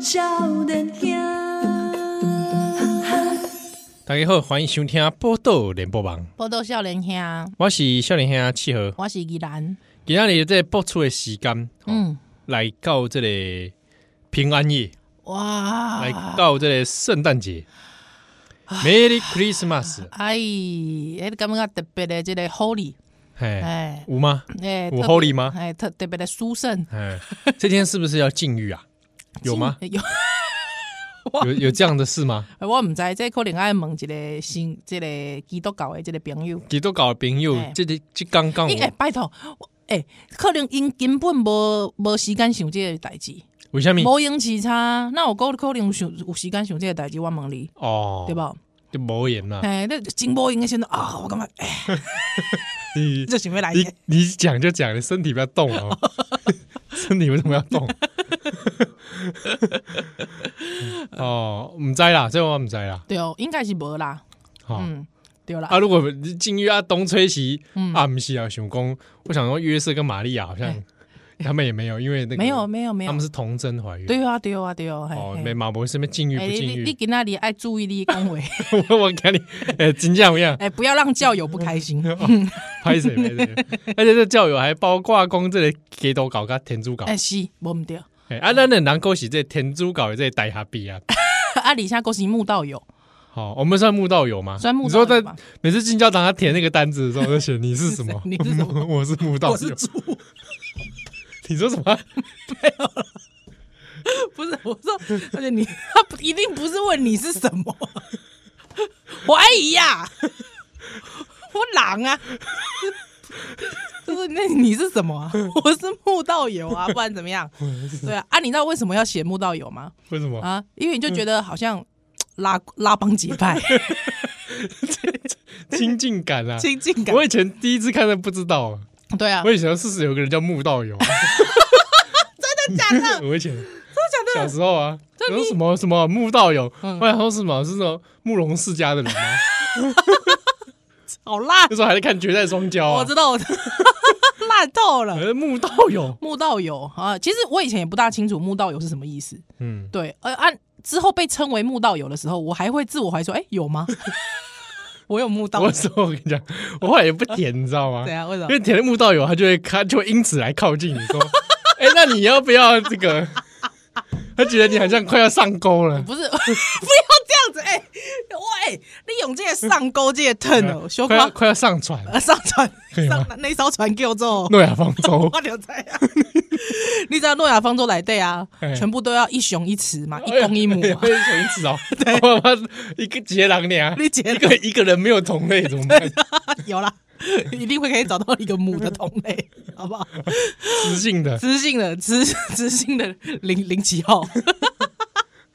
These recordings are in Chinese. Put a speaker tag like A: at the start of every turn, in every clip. A: 少年兄。
B: 大家好，欢迎收听《波豆联播网》，
C: 报道少年兄，
B: 我是少年兄七号。
C: 我是宜兰。
B: 今天你这播出的时间，嗯，
C: 嗯，
B: 来到这个平安夜，
C: 哇
B: 来，到这个圣诞节，Merry Christmas，
C: 哎，哎，感觉特别的这个 Holy，
B: 哎，
C: 哎，
B: 有吗？
C: 哎，
B: 有
C: 特
B: Holy 吗
C: 哎，特特别的殊胜，
B: 哎，这天是不是要禁欲啊？有吗？
C: 有，哎
B: 有有这样的事吗？
C: 我唔知，这可能爱问一个新，这个基督教的这个朋友。
B: 基督教的朋友
C: 哎，
B: 这个这刚刚
C: 哎，拜托，我哎，可能因根本无无时间想这个代志，
B: 为什么？
C: 无用时差，那我够可能有想有时间想这个代志，我问你，
B: 哦，
C: 对？吧？
B: 就无言啦。
C: 哎，那真无用的时阵啊，我感觉哎，
B: 你
C: 就想要来一
B: 你
C: 个。
B: 你讲就讲，你身体不要动 哦，身体为什么要动？哦，唔知啦，这我唔知啦。
C: 对哦，应该是无啦。
B: 哦、
C: 嗯，对啦。
B: 啊，如果你禁欲啊，东吹西、
C: 嗯
B: 啊，不是啊，想公，我想说约瑟跟玛利亚好像、
C: 哎
B: 他们也没有，因为那个
C: 没有，没有，没
B: 他
C: 有
B: 们。是童真怀孕。
C: 对啊，对啊，对啊。嘿
B: 哦，
C: 嘿
B: 没马博士没禁欲
C: 哎
B: 不
C: 你
B: 禁
C: 你你
B: 欲，
C: 今仔日爱注意你 的恭维，
B: 我 我看你，哎、真这样？
C: 哎，不要让教友不 开心。
B: 拍谁拍谁？而且这教友还包括讲这个基督教跟天主教。
C: 哎，是，无毋对。啊，
B: 哎，啊，咱两人够是这天主教的这大下比啊。
C: 而且佫是慕 道友，
B: 好，我们算慕道友吗？
C: 算慕
B: 你
C: 道
B: 说在
C: 友吧。？
B: 每次进教堂他填那个单子的时候，我就写你是什么
C: 你是什么
B: 我是慕道友。
C: 我是猪，
B: 你说什么？
C: 不是我说，而且你 他不一定不是问你是什 么，怀疑呀，啊我狼啊，就是 那你是什么啊？ 我是慕道友啊，不然怎 么样？对啊，啊，你知道为什么要写慕道友吗？
B: 为什么？
C: 啊，因为你就觉得好
B: 嗯
C: 像拉拉帮结 派，
B: 亲近感啊！
C: 亲近感
B: 我。以前第一次看的不知道，
C: 对啊，
B: 我以前事实有个人叫慕道友。真的假的？ 我以前真的假的？小时候啊，有什么什么慕道友，
C: 嗯
B: 我想说什么是什么慕容世家 的人吗？
C: 好烂
B: 那，时候还在看《绝代双骄》
C: 我
B: 啊
C: 知，道， 我知道烂透了。
B: 呃，慕道 友，
C: 慕道友啊，其实我以前也不大清楚慕道友是什么意思。
B: 嗯，
C: 对，呃，按之后被称为慕道友的时候，我还会自我怀疑说，哎、有吗？ 我有慕道友
B: 我？说我跟你讲，我后来也不填，你知道吗
C: 对？啊，为什
B: 因
C: 么？
B: 为填了慕道友，他就会他就会因此来靠近你说，哎，那你要不要这个？他觉得你好像快要上钩了，
C: 不是， 不要这样子，哎、我哎、你用这个上钩这个 turn 哦，小
B: 啊快要
C: 光
B: 快要上船，
C: 呃上船
B: 可以吗
C: 上那艘船给我做。
B: 诺亚方舟
C: 我就知啊！ 你知道诺亚方舟来对啊
B: 嘿，
C: 全部都要一雄一雌嘛，一公一母啊
B: 哎呀
C: 嘛。
B: 哎呀一 子哦，我他妈一个杰狼俩，
C: 你觉
B: 一
C: 得
B: 个一个人没有同类怎么办？
C: 啊有啦？一定会可以找到一个母的同类，好不好？
B: 雌性 的，
C: 雌性的雌雌性的零零七号。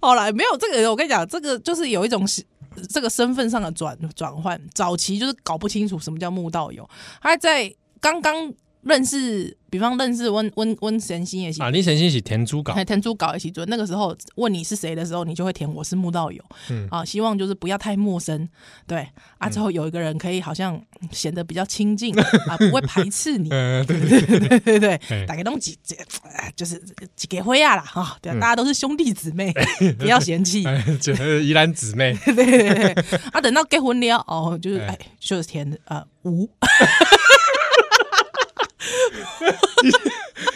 C: 好啦，没有这个，我跟你讲，这个就是有一种是这个身份上的转转换。早期就是搞不清楚什么叫慕道友，他在刚刚认识，比方认识温温温神心也行。
B: 啊，你神仙是田猪搞
C: 还腾出搞一起做。那个时候问你是谁的时候，你就会填我是慕道友，
B: 嗯
C: 啊，希望就是不要太陌生，对啊，之后有一个人可以好像显得比较亲近 啊，不会排斥你，
B: 嗯，对，
C: 对对
B: 哎
C: 对，大概都几几哎就是几给灰啊啦哈，对啊，
B: 嗯
C: 大家都是兄弟姊妹，不要嫌弃，
B: 哎觉得宜兰姊妹，
C: 对对对对，啊，等到结婚了哦，就是
B: 哎
C: 哎就是填呃吴，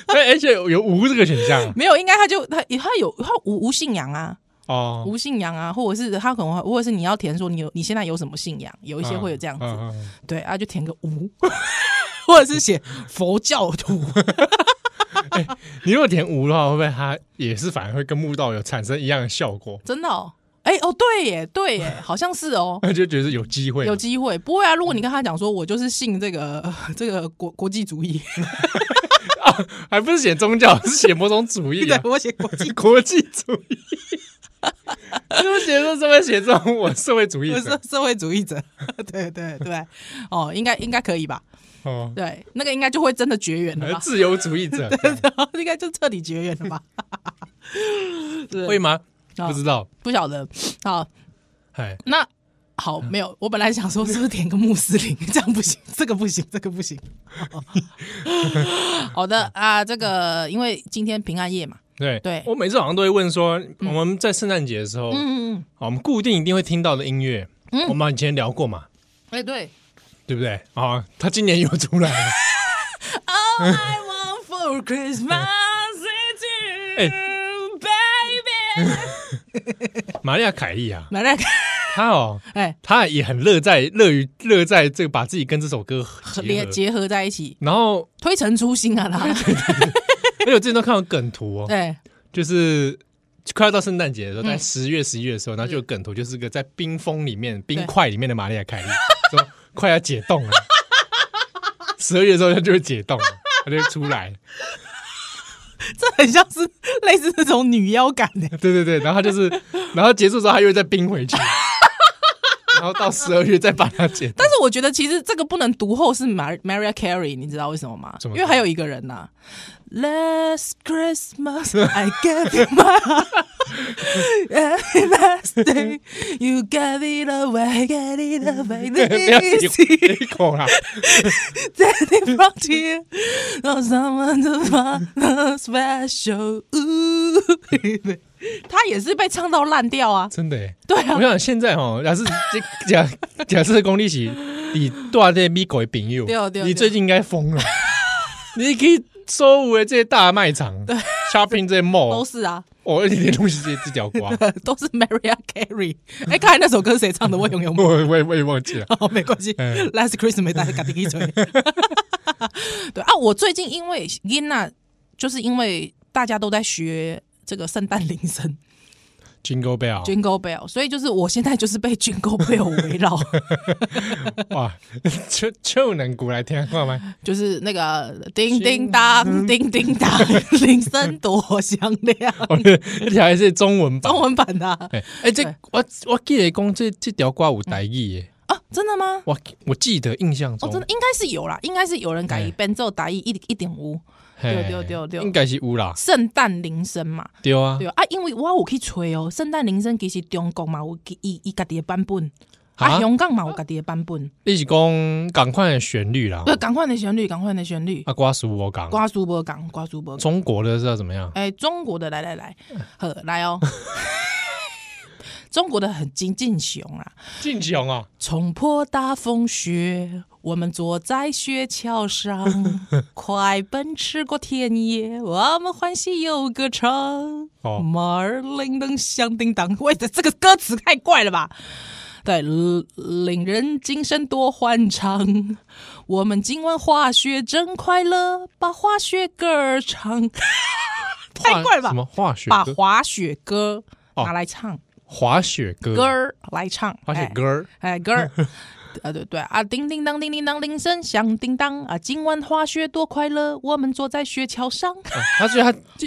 B: 哎，而且有有无这个选 项 啊
C: 没有，应该他就他他有他无无信仰啊，
B: 哦，
C: 无信仰啊，或者是他可能会，或者是你要填说你有你现在有什么信仰，有一些会有这样子，
B: 嗯嗯嗯
C: 对啊，就填个无， 或者是写佛教徒，
B: 你如果填无的话，会不会它也是反而会跟木道有产生一样的效果？
C: 真的哦，哎、哦对耶对耶，好像是哦。
B: 那就觉得有机会，
C: 有机会不会啊？如果你跟他讲说，我就是信这个、 呃这个国国际主义，
B: 还不是写宗教，是写某种主义
C: 对
B: 啊，，
C: 我写国际，
B: 国际主义。就是写说这么写这种我社会主义
C: 我是
B: 者
C: 社会主义者， 对对对，哦，应该应该可以吧？
B: 哦，
C: 对，那个应该就会真的绝缘了吧？
B: 自由主义者
C: 应该就彻底绝缘了吧？ 是
B: 会吗？
C: 啊
B: 不知道，
C: 不晓得，好，
B: 哎，
C: 那好，没有，我本来想说是不是填个穆斯林，这样不行，这个不行，这个不行。好的啊，这个因为今天平安夜嘛，
B: 对
C: 对
B: 我每次好像都会问说，我们在圣诞节的时候，
C: 嗯嗯，
B: 好我们固定一定会听到的音乐，我们以前聊过嘛，
C: 哎、对
B: 对不对？啊，他今年又出来了，
C: ，All I want for Christmas is you,
B: 哎
C: baby。
B: 玛利亚凯莉啊，
C: 来来，
B: 她哦，
C: 哎，
B: 她也很乐在乐于乐在这个把自己跟这首歌结
C: 结
B: 合，
C: 结合在一起，
B: 然后
C: 推陈出新啊，他。
B: 而且我之前都看到梗图哦，
C: 对，
B: 就是快要到圣诞节的时候，
C: 嗯
B: 在十月、十一月的时候，然后就有梗图，就是个在冰封里面、冰块里面的玛利亚凯莉，说快要解冻了。十二月之后，它就会解冻了，它就会出来。
C: 这很像是类似那种女妖感的、
B: 对对对，然后它就是，然后结束之后，它又会再冰回去，然后到十二月再把它解冻
C: 但。是我觉得其实这个不能读后是 Mar Maria Carey，你知道为什么吗？
B: 怎么
C: 因为还有一个人呐、Last Christmas I gave you my heart, every last day you gave it away, gave it away.
B: 不要解
C: This
B: 一口啦，
C: standing frontier, no someone to find a special. Ooh. 他也是被唱到烂掉啊！
B: 真的耶。
C: 对 啊
B: 我，想现在哦，假设假假设龚立喜，你大这米狗的朋友
C: 对哦对，哦
B: 你最近应该疯 了。你可以收回这些大卖场，shopping 这些
C: 都
B: mall，
C: 是啊。
B: 哦，而且这些东西这这条 瓜，
C: 都是 Maria Carey。哎、刚才那首歌是谁唱的？我永远不。。
B: 我我也我也忘记了
C: 好， 没关系。
B: 嗯
C: Last Christmas，大家赶紧一追。对啊，我最近因为 i n a 就是因为大家都在学这个圣诞铃声
B: Jingle Bell，
C: Jingle Bell，所以就是我现在就是被 Jingle Bell 围绕，
B: 哇，就就能过来听 看吗？
C: 就是那个叮叮当，叮叮当，铃声多响亮。
B: 我觉得这哦条还是中文版
C: 中。文版的 啊，
B: 哎哎，这
C: 对
B: 我我记得讲这这条瓜有台语耶，
C: 啊真的吗？
B: 我我记得印象
C: 哦，
B: 中
C: 真的应该是有啦，应该是有人改一遍之后打一一一点五
B: 嘿
C: 对对对对
B: 应该是有啦，
C: 圣诞铃声嘛，
B: 对啊
C: 对，啊，因为我有去吹哦，圣诞铃声其实中国嘛有伊伊家己的版本，啊，
B: 啊
C: 香港嘛有家己的版本，
B: 你是讲赶快的旋律啦，
C: 对，赶快的旋律，赶快的旋律，
B: 哦啊，瓜叔我讲，
C: 瓜苏波港，瓜苏波港，
B: 中国的是要怎么样？
C: 哎，中国的来来来，呵，来哦， 中国的很金进雄啊，
B: 进雄啊，
C: 冲破大风雪。我们坐在雪 橇上，快奔驰过田野，我们欢喜又歌唱。
B: 哦，
C: 马儿铃铛响叮当，喂，这这个歌词太怪了吧？对，呃令人精神多欢畅。我们今晚滑雪真快乐，把滑雪歌 儿唱，太怪了吧
B: 什么化学
C: 把
B: 歌？
C: 滑雪歌
B: 哦
C: 拿来唱，
B: 滑雪歌？
C: 歌儿来唱，
B: 滑雪歌儿？哦
C: 哎，哎，歌儿。啊，对对啊，叮叮当，叮叮当，铃声响叮当啊！今晚滑雪多快乐，我们坐在雪橇上
B: 啊他觉得他这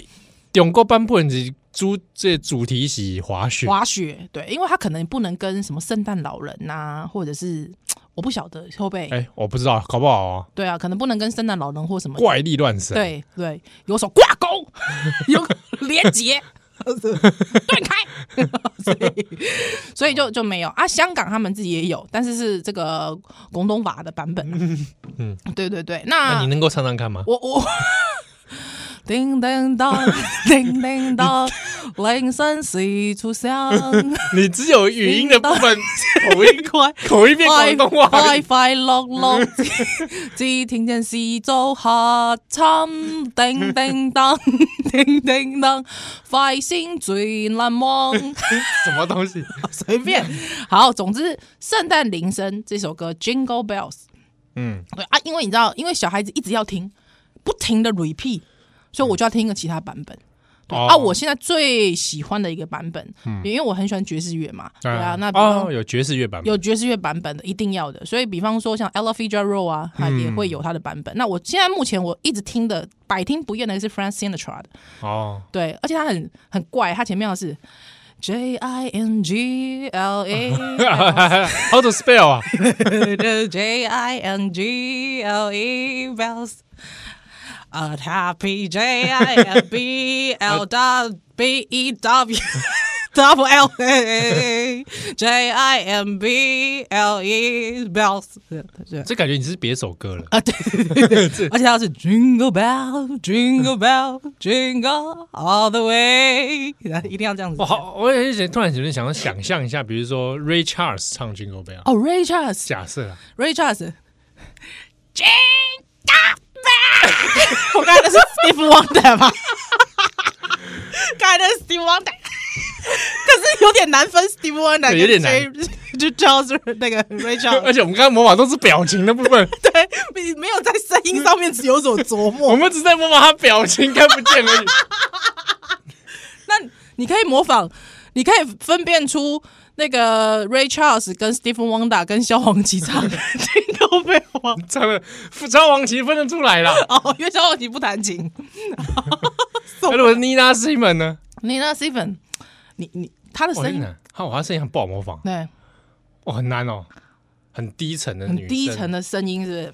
B: 中国版本是主这主题是滑雪，
C: 滑雪。对，因为他可能不能跟什么圣诞老人呐、或者是我不晓得会不会
B: 哎，我不知道搞不好哦，
C: 对啊，可能不能跟圣诞老人或什么
B: 怪力乱神，，
C: 对对，有手挂钩， 有连 结，断开， 所以所以就就没有啊。香港他们自己也有，但是是这个广东话的版本、嗯，对对对，
B: 那
C: 那
B: 你能够唱唱看吗？
C: 我我。 叮叮当，叮叮当，铃声四处响，
B: 你只有语音的部 分，口音
C: 快
B: 口音变广东话
C: 快
B: 了，
C: 快乐乐，只听见是做下餐，叮叮当，叮叮当，快心最难忘。
B: 什么东西？
C: 随便，好，总之，圣诞铃声这首歌《Jingle Bells》，
B: 嗯，
C: 对啊，因为你知道，因为小孩子一直要听，不停的 repeat，所以我就要听一个其他版本。对
B: 哦
C: 啊，我现在最喜欢的一个版本，因为我很喜欢爵士乐嘛，对啊，那比方
B: 哦有爵士乐版本，
C: 有爵士乐版本的，一定要的。所以，比方说像 Ella Fitzgerald 啊，它也会有它的版本。那我现在目前我一直听的百听不厌的是 Frank Sinatra 的，
B: 哦，
C: 对，而且它很很怪，它前面的是 J I N G L A
B: How to spell 啊？
C: J I N G L E bells。A happy J I N B L W B E W， double L A J I M B L E bells，对
B: 这感觉你是别首歌了。
C: 啊对对对对，而且它是 Jingle Bell Jingle Bell Jingle All the Way，一定要这样子
B: 哇，。好，我也是突然有点想要想象一下，比如说 Ray Charles 唱 Jingle Bell，、
C: 哦，Ray Charles，Ray
B: 啊假设啊，
C: Charles，Jingle Bell，我刚才那是 Steve Wonder 吗？ 刚才那是 Steve Wonder。可是有点难分 Steve Wonder，
B: 对有点
C: 跟 Jay- 就 Charles 那个 Ray Charles，
B: 而且我们刚刚模仿都是表情的部分，
C: 对，没没有在声音上面有所琢
B: 我
C: 磨。
B: 们只在模仿他表情看不见而已。
C: 那你可以模仿，你可以分辨出那个 Ray Charles 跟 Stephen Wonder 跟萧煌奇唱 Jingle Bell 吗？
B: 唱的超王旗分得出来啦。
C: 哦，因为萧煌奇不弹琴。
B: 那如果是 Nina Simon 呢？
C: 你呢，Stephen？你你他的
B: 我
C: 声
B: 跟你
C: 音
B: 讲，她她声音很不好模仿，
C: 对，
B: 哦，很难哦，很低沉的女
C: 很低沉
B: 的，
C: 的声音是不是。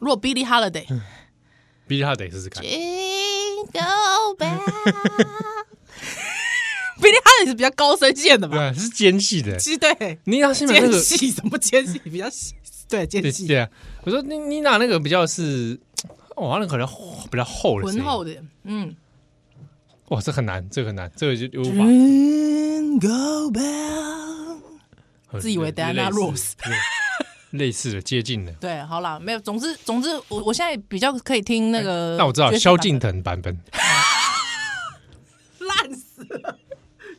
C: 如果 Billy Holiday
B: 嗯必须她得试试看。
C: Jingle Bell，Billy Holiday 是比较高声线的嘛？
B: 对，啊是尖细的。
C: 是对，
B: Nina Simon 那
C: 尖
B: 个，
C: 细 什么尖细比较细？对，尖
B: 对
C: 细。
B: 对啊，我说 Nina 那个比较是，哦，她那个可能厚比较厚的声音
C: 浑厚的，嗯。
B: 哇，哦这很难，这个很难，这个就无法。
C: Jingle Bell，自以为
B: 类似
C: Diana Ross
B: 对类似的接近的。
C: 对，好啦，没有，总之总之，我我现在比较可以听那个，
B: 哎那我知道萧敬腾版 本。
C: 烂死了，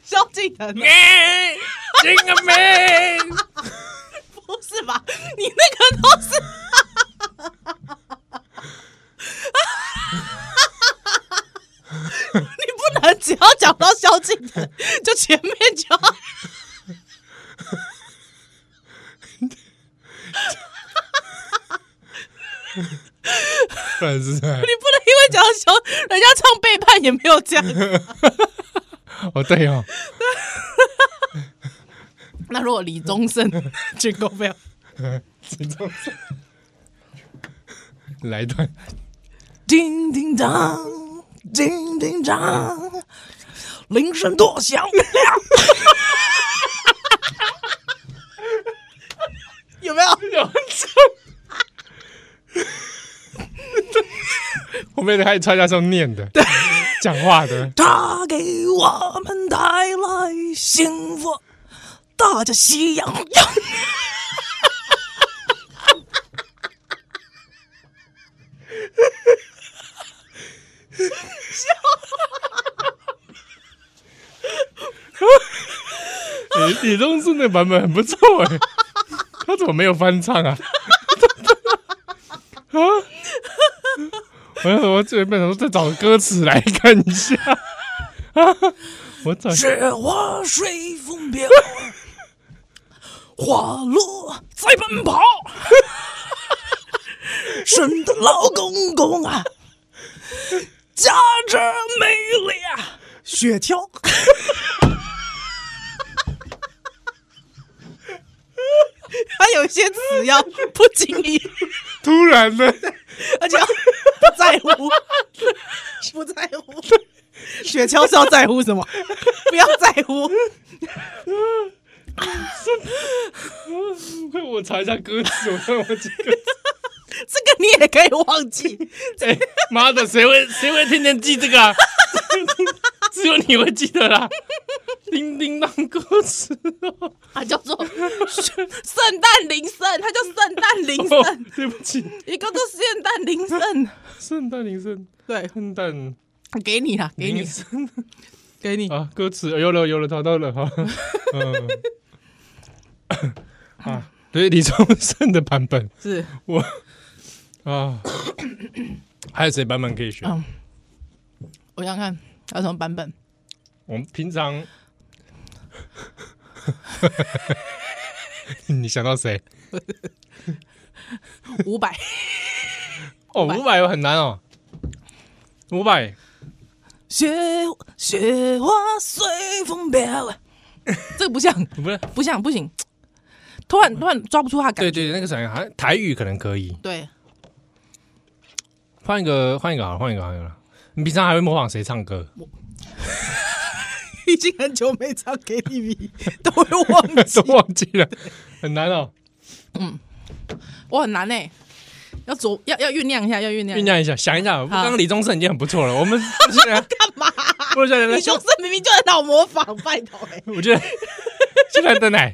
C: 萧敬腾
B: 哎，这个妹，
C: 不是吧？你那个都是。 你不能只要讲到萧敬腾，就前面就要
B: 不然是这样
C: 你不能因为讲到萧，人家唱背叛也没有这样。
B: 哦，对哦，
C: 那如果李宗盛 Jingle Bell，
B: 来一段。
C: 叮叮当，叮叮当，铃声多响亮。有 没有？
B: 后面还穿插上念的，讲话的，
C: 他给我们带来幸福，大家喜洋洋。
B: 李李宗盛的版本很不错哎， 他怎么没有翻唱啊？ 啊！ 我要我这边想说再找歌词来看一下 啊！我找一下
C: 雪花随风飘，花落在奔跑。神的老公公啊，夹着美丽啊，雪 条。他有些词要不经意，
B: 突然的，
C: 而且要不在乎， 不在乎。雪橇是要在乎什么？不要在乎。
B: 快我查一下歌词，我看我这个，
C: 这个你也可以忘记，
B: 哎、妈的，谁会谁会天天记这个、啊？ 只有你会记得啦！叮叮当歌词、哦。
C: 它叫做圣诞铃声，它叫圣诞铃
B: 哦
C: 声，，
B: 对不起，
C: 一个都是圣诞铃声。
B: 圣诞铃声，
C: 对，
B: 圣诞
C: 给你啦，给
B: 铃
C: 你，哦
B: 声
C: 给你。
B: 啊，歌词哎有了有了，找到了， 好，嗯， 啊，对李宗盛的版本，
C: 是
B: 我啊，还有谁版本可以学？
C: 嗯我想想看还有什么版本？
B: 我们平 常，你想到谁？
C: 五百，
B: 哦，
C: 伍佰
B: 伍佰很难哦，伍佰
C: 雪雪花随风飘，啊这个不像，
B: 不是，
C: 不像，不行。突然突然抓不出它的感
B: 对
C: 觉。
B: 对对，那个什么，好像台语可能可以，
C: 对，
B: 换一个，换一个好了，换一个好了。你平常还会模仿谁唱歌？
C: 已经很久没唱 KTV，都 会忘 记
B: 都。忘记了，很难哦。
C: 我很难呢、要酌要要酝酿一下，要酝酿
B: 酝。酿一下，想一下，刚刚李宗盛已经很不错了，我们现在
C: 干 嘛？
B: 不是现在
C: 你胸这明明就很好模仿，拜托哎、
B: 我觉得现在的奶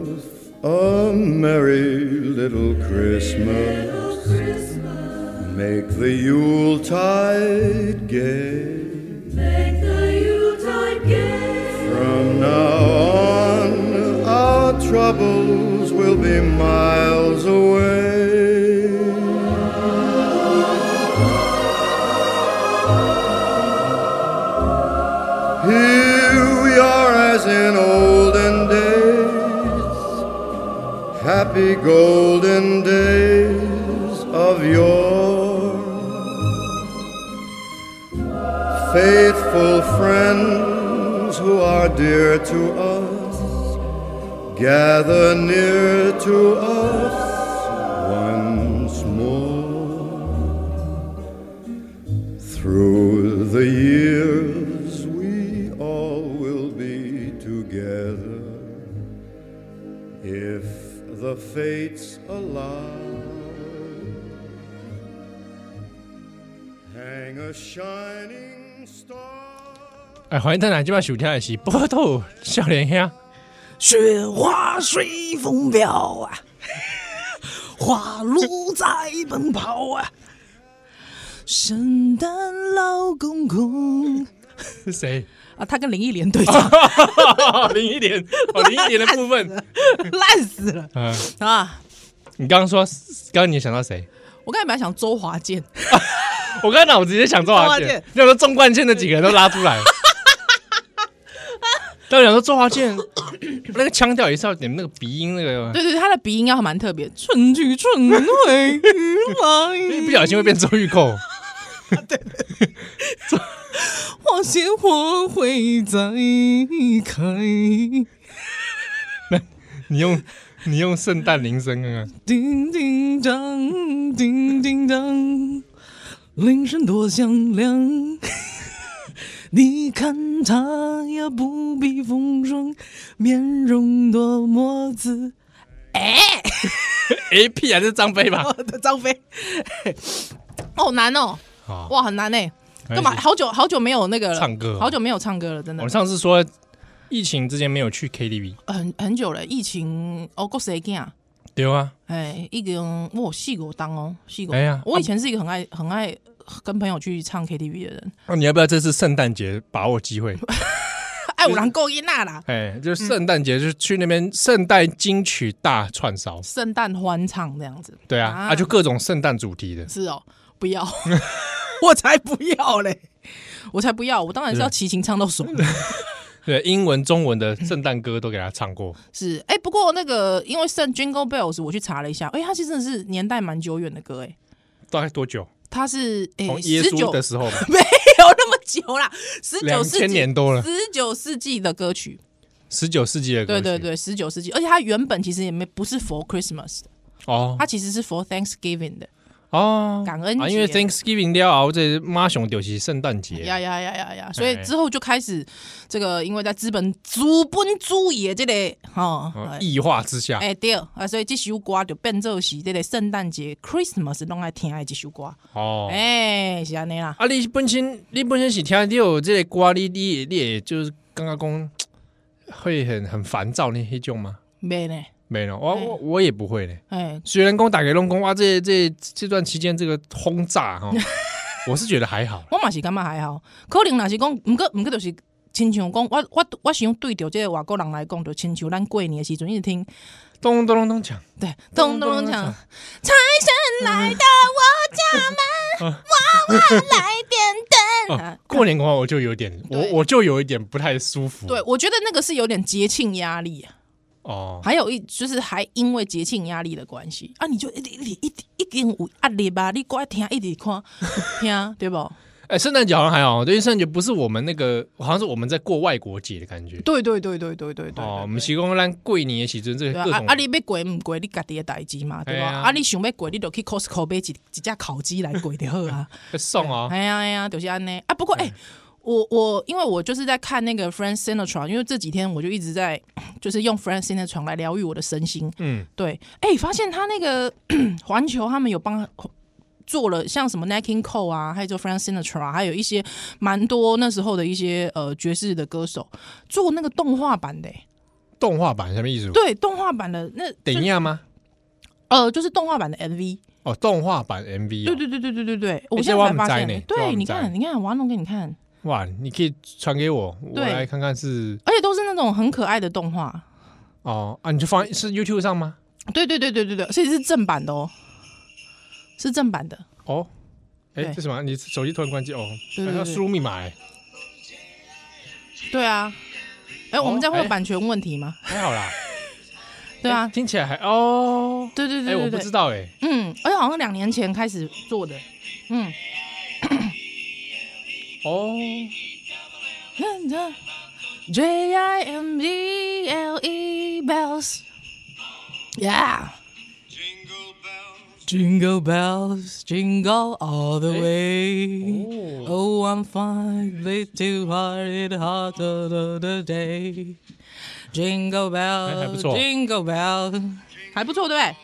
A: a merry little Christmas. Make the Yuletide gay.
D: Make the Yuletide gay.
A: From now on, our troubles will be miles away. Here we are as in olden days, happy golden days of yore. Faithful friends who are dear to us, gather near to us once more. Through the years, we all will be together. If the fates allow, hang a shining star.
B: 哎，欢迎邓奶，今晚收听的是《波豆笑脸兄》，
C: 雪花随风飘啊， 花鹿在奔跑啊，圣诞老公公
B: 是谁？
C: 啊，他跟林忆莲对 唱，
B: 零一点，哦，零一点的部分。
C: 烂死了
B: 嗯，
C: 啊！
B: 你刚刚说，刚刚你想到谁？
C: 我刚才本来想周华健，
B: 我刚才脑子直接想周华
C: 周华
B: 健
C: 健，
B: 那说纵贯线的几个人都拉出来了。但我想说周华健那个腔调也是要你们那个鼻音那个，
C: 对对对，他的鼻音要蛮特别，春去 春回
B: 一
C: 来，
B: 不小心会变周玉蔻。
C: 花鲜花会再开。
B: 你用你用圣诞铃声啊看看，
C: 叮叮当，叮叮当，铃声多响亮。你看它呀，不必风霜，面容多么自。
B: 哎屁啊，这是张飞吧？
C: 我的张飞， 好难哦，
B: 好，
C: 哇，很难哎，
B: 没关系
C: 干嘛？好久好久没有那个了
B: 唱歌
C: 好久没有唱歌了，真的
B: 我，上次说疫情之前没有去 KTV，
C: 很很久了。疫情哦，够谁干啊？
B: 对啊，
C: 哎，一个我细狗当哦，细狗。
B: 哎呀
C: 我以前是一个很爱很爱跟朋友去唱 KTV 的人，
B: 哦那你要不要这次圣诞节把握机 会？
C: 爱有人够一那啦。
B: 哎，
C: 嗯
B: 就是圣诞节就去那边圣诞金曲大串烧，
C: 圣诞欢唱这样子。
B: 对啊，啊就各种圣诞主题的，
C: 是哦，不要， 我才不要嘞，我才不要，我当然是要齐秦唱到爽。啊
B: 对，英文、中文的圣诞歌都给他唱 过。
C: 是，哎、不过那个因为圣 Jingle Bells，我去查了一下，哎、它其实真的是年代蛮久远的歌，哎，
B: 大概多久？
C: 它是哎
B: 从耶
C: 十
B: 稣
C: 九
B: 的时候吧，
C: 没有那么久啦，十九世纪
B: 2000年多了
C: 十九世纪的歌曲，
B: 十九世纪的歌
C: 对
B: 曲。
C: 对，对，十九世纪，而且它原本其实也没不是 for Christmas 的，
B: 哦
C: 它其实是 for Thanksgiving 的，
B: 哦，
C: 感恩节
B: 啊，因为 Thanksgiving 了后，这妈熊就是圣诞
C: 呀
B: 节，
C: 呀呀呀呀！所以
B: 哎
C: 之后就开始这个，因为在资本资本主义的这个哈，
B: 哦
C: 哎、
B: 异化之下，
C: 哎对啊，所以这首歌就变奏是这个圣诞节 Christmas 拢爱听的这首歌，
B: 哦，
C: 哎、是安尼啦，
B: 啊，你本身你本身是听你有这个歌，你你你也就是刚刚讲会很很烦躁那那种吗？
C: 没呢，
B: 没有，我我我也不会嘞。
C: 哎、
B: 虽然讲打给龙工哇，这这这段期间这个轰炸哈，我是觉得还好。
C: 我嘛是感觉还好，可能若是讲，毋过毋过就是。亲像讲，我我我想对着这个外国人来讲，就亲像咱过年的时阵一直听，
B: 咚咚咚咚锵，
C: 对，咚咚
B: 咚
C: 咚
B: 咚
C: 锵
B: 锵，
C: 财神来到我家门，娃娃来点灯。
B: 啊，过年的话我就有点，我
C: 对
B: 我就有一点不太舒服。
C: 对，我觉得那个是有点节庆压力、啊，
B: 哦，
C: 还有一就是还因为节庆压力的关系啊，你就一直一直一直一定有压力吧，你乖听一直看听对不？
B: 哎，圣诞节好像还好，对，因为圣诞节不是我们那个，好像是我们在过外国节的感觉。
C: 对对对对对对对
B: 哦，我
C: 对
B: 们习惯让过年的时阵这
C: 对
B: 个
C: 啊
B: 各
C: 啊
B: 种
C: 啊！你要过唔过，你家己的代志嘛，对吧？
B: 哎呀
C: 啊，你想要过，你就去 Costco 买一一只烤鸡来过就好 啊。
B: 送啊，
C: 哎呀哎呀，就是安内啊。不过哎、我我因为我就是在看那个 Frank Sinatra，因为这几天我就一直在 就是用 Frank Sinatra 来疗愈我的身心。
B: 嗯，
C: 对，哎、发现他那个 环球他们有帮他做了像什么 n a k i n Cole 啊，还有做 Frank Sinatra，啊还有一些蛮多那时候的一些呃爵士的歌手做那个动画版的、哎
B: 动画版什么意思？
C: 对，动画版的那
B: 等一下吗？
C: 呃就是动画版的 MV。
B: 哦，动画版 MV，哦
C: 对对对对对对对，我
B: 这
C: 现
B: 我
C: 在才
B: 不
C: 发
B: 知
C: 现
B: 呢
C: 欸，
B: 这我
C: 对，
B: 不
C: 你
B: 知
C: 看你看，我要弄给你看。
B: 哇，你可以传给我，我
C: 对
B: 来看看是
C: 而且都是那种很可爱的动画。
B: 哦啊，你就放是 YouTube 上吗？
C: 对对对对对对，所以是正版的哦，是正版的。
B: 哦，哎、
C: 对
B: 这什么？你手机突然关机哦，
C: 对对
B: 还要
C: 对
B: 输入密码哎，
C: 对啊，哎、我们
B: 哦
C: 这样会有版权问题吗？
B: 还好啦。
C: 对啊
B: 哎，听起来还哦，
C: 对对
B: 哎、
C: 对
B: 我
C: 对
B: 不
C: 对
B: 知，道哎，
C: 嗯，而且好像两年前开始做的，嗯，
B: 哦，
C: 那你看 uh, J I M B L E bells，yeah。Jingle bells, jingle all the way. Oh, I'm finally too hard in heart of the day. Jingle
B: 哎还不
C: bells,
B: 错
C: jingle bells，还不错，对不对？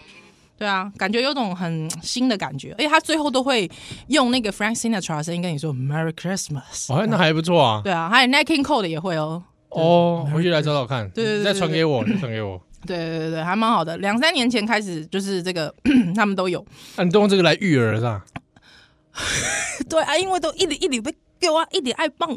C: 对啊，感觉有种很新的感觉，而且他最后都会用那个 Frank Sinatra 的声音跟你说 “Merry Christmas”。
B: 哦，那还不错啊，
C: 对啊，还有 n i k i n Code 也会哦。
B: 哦，回去来找找看，
C: 对对对
B: 你再传给我，再传给我。
C: 对对对对，还蛮好的。两三年前开始就是这个， 他们都有。
B: 啊，你都用这个来育儿是吧？
C: 对啊，因为都一直一直被叫我一直爱放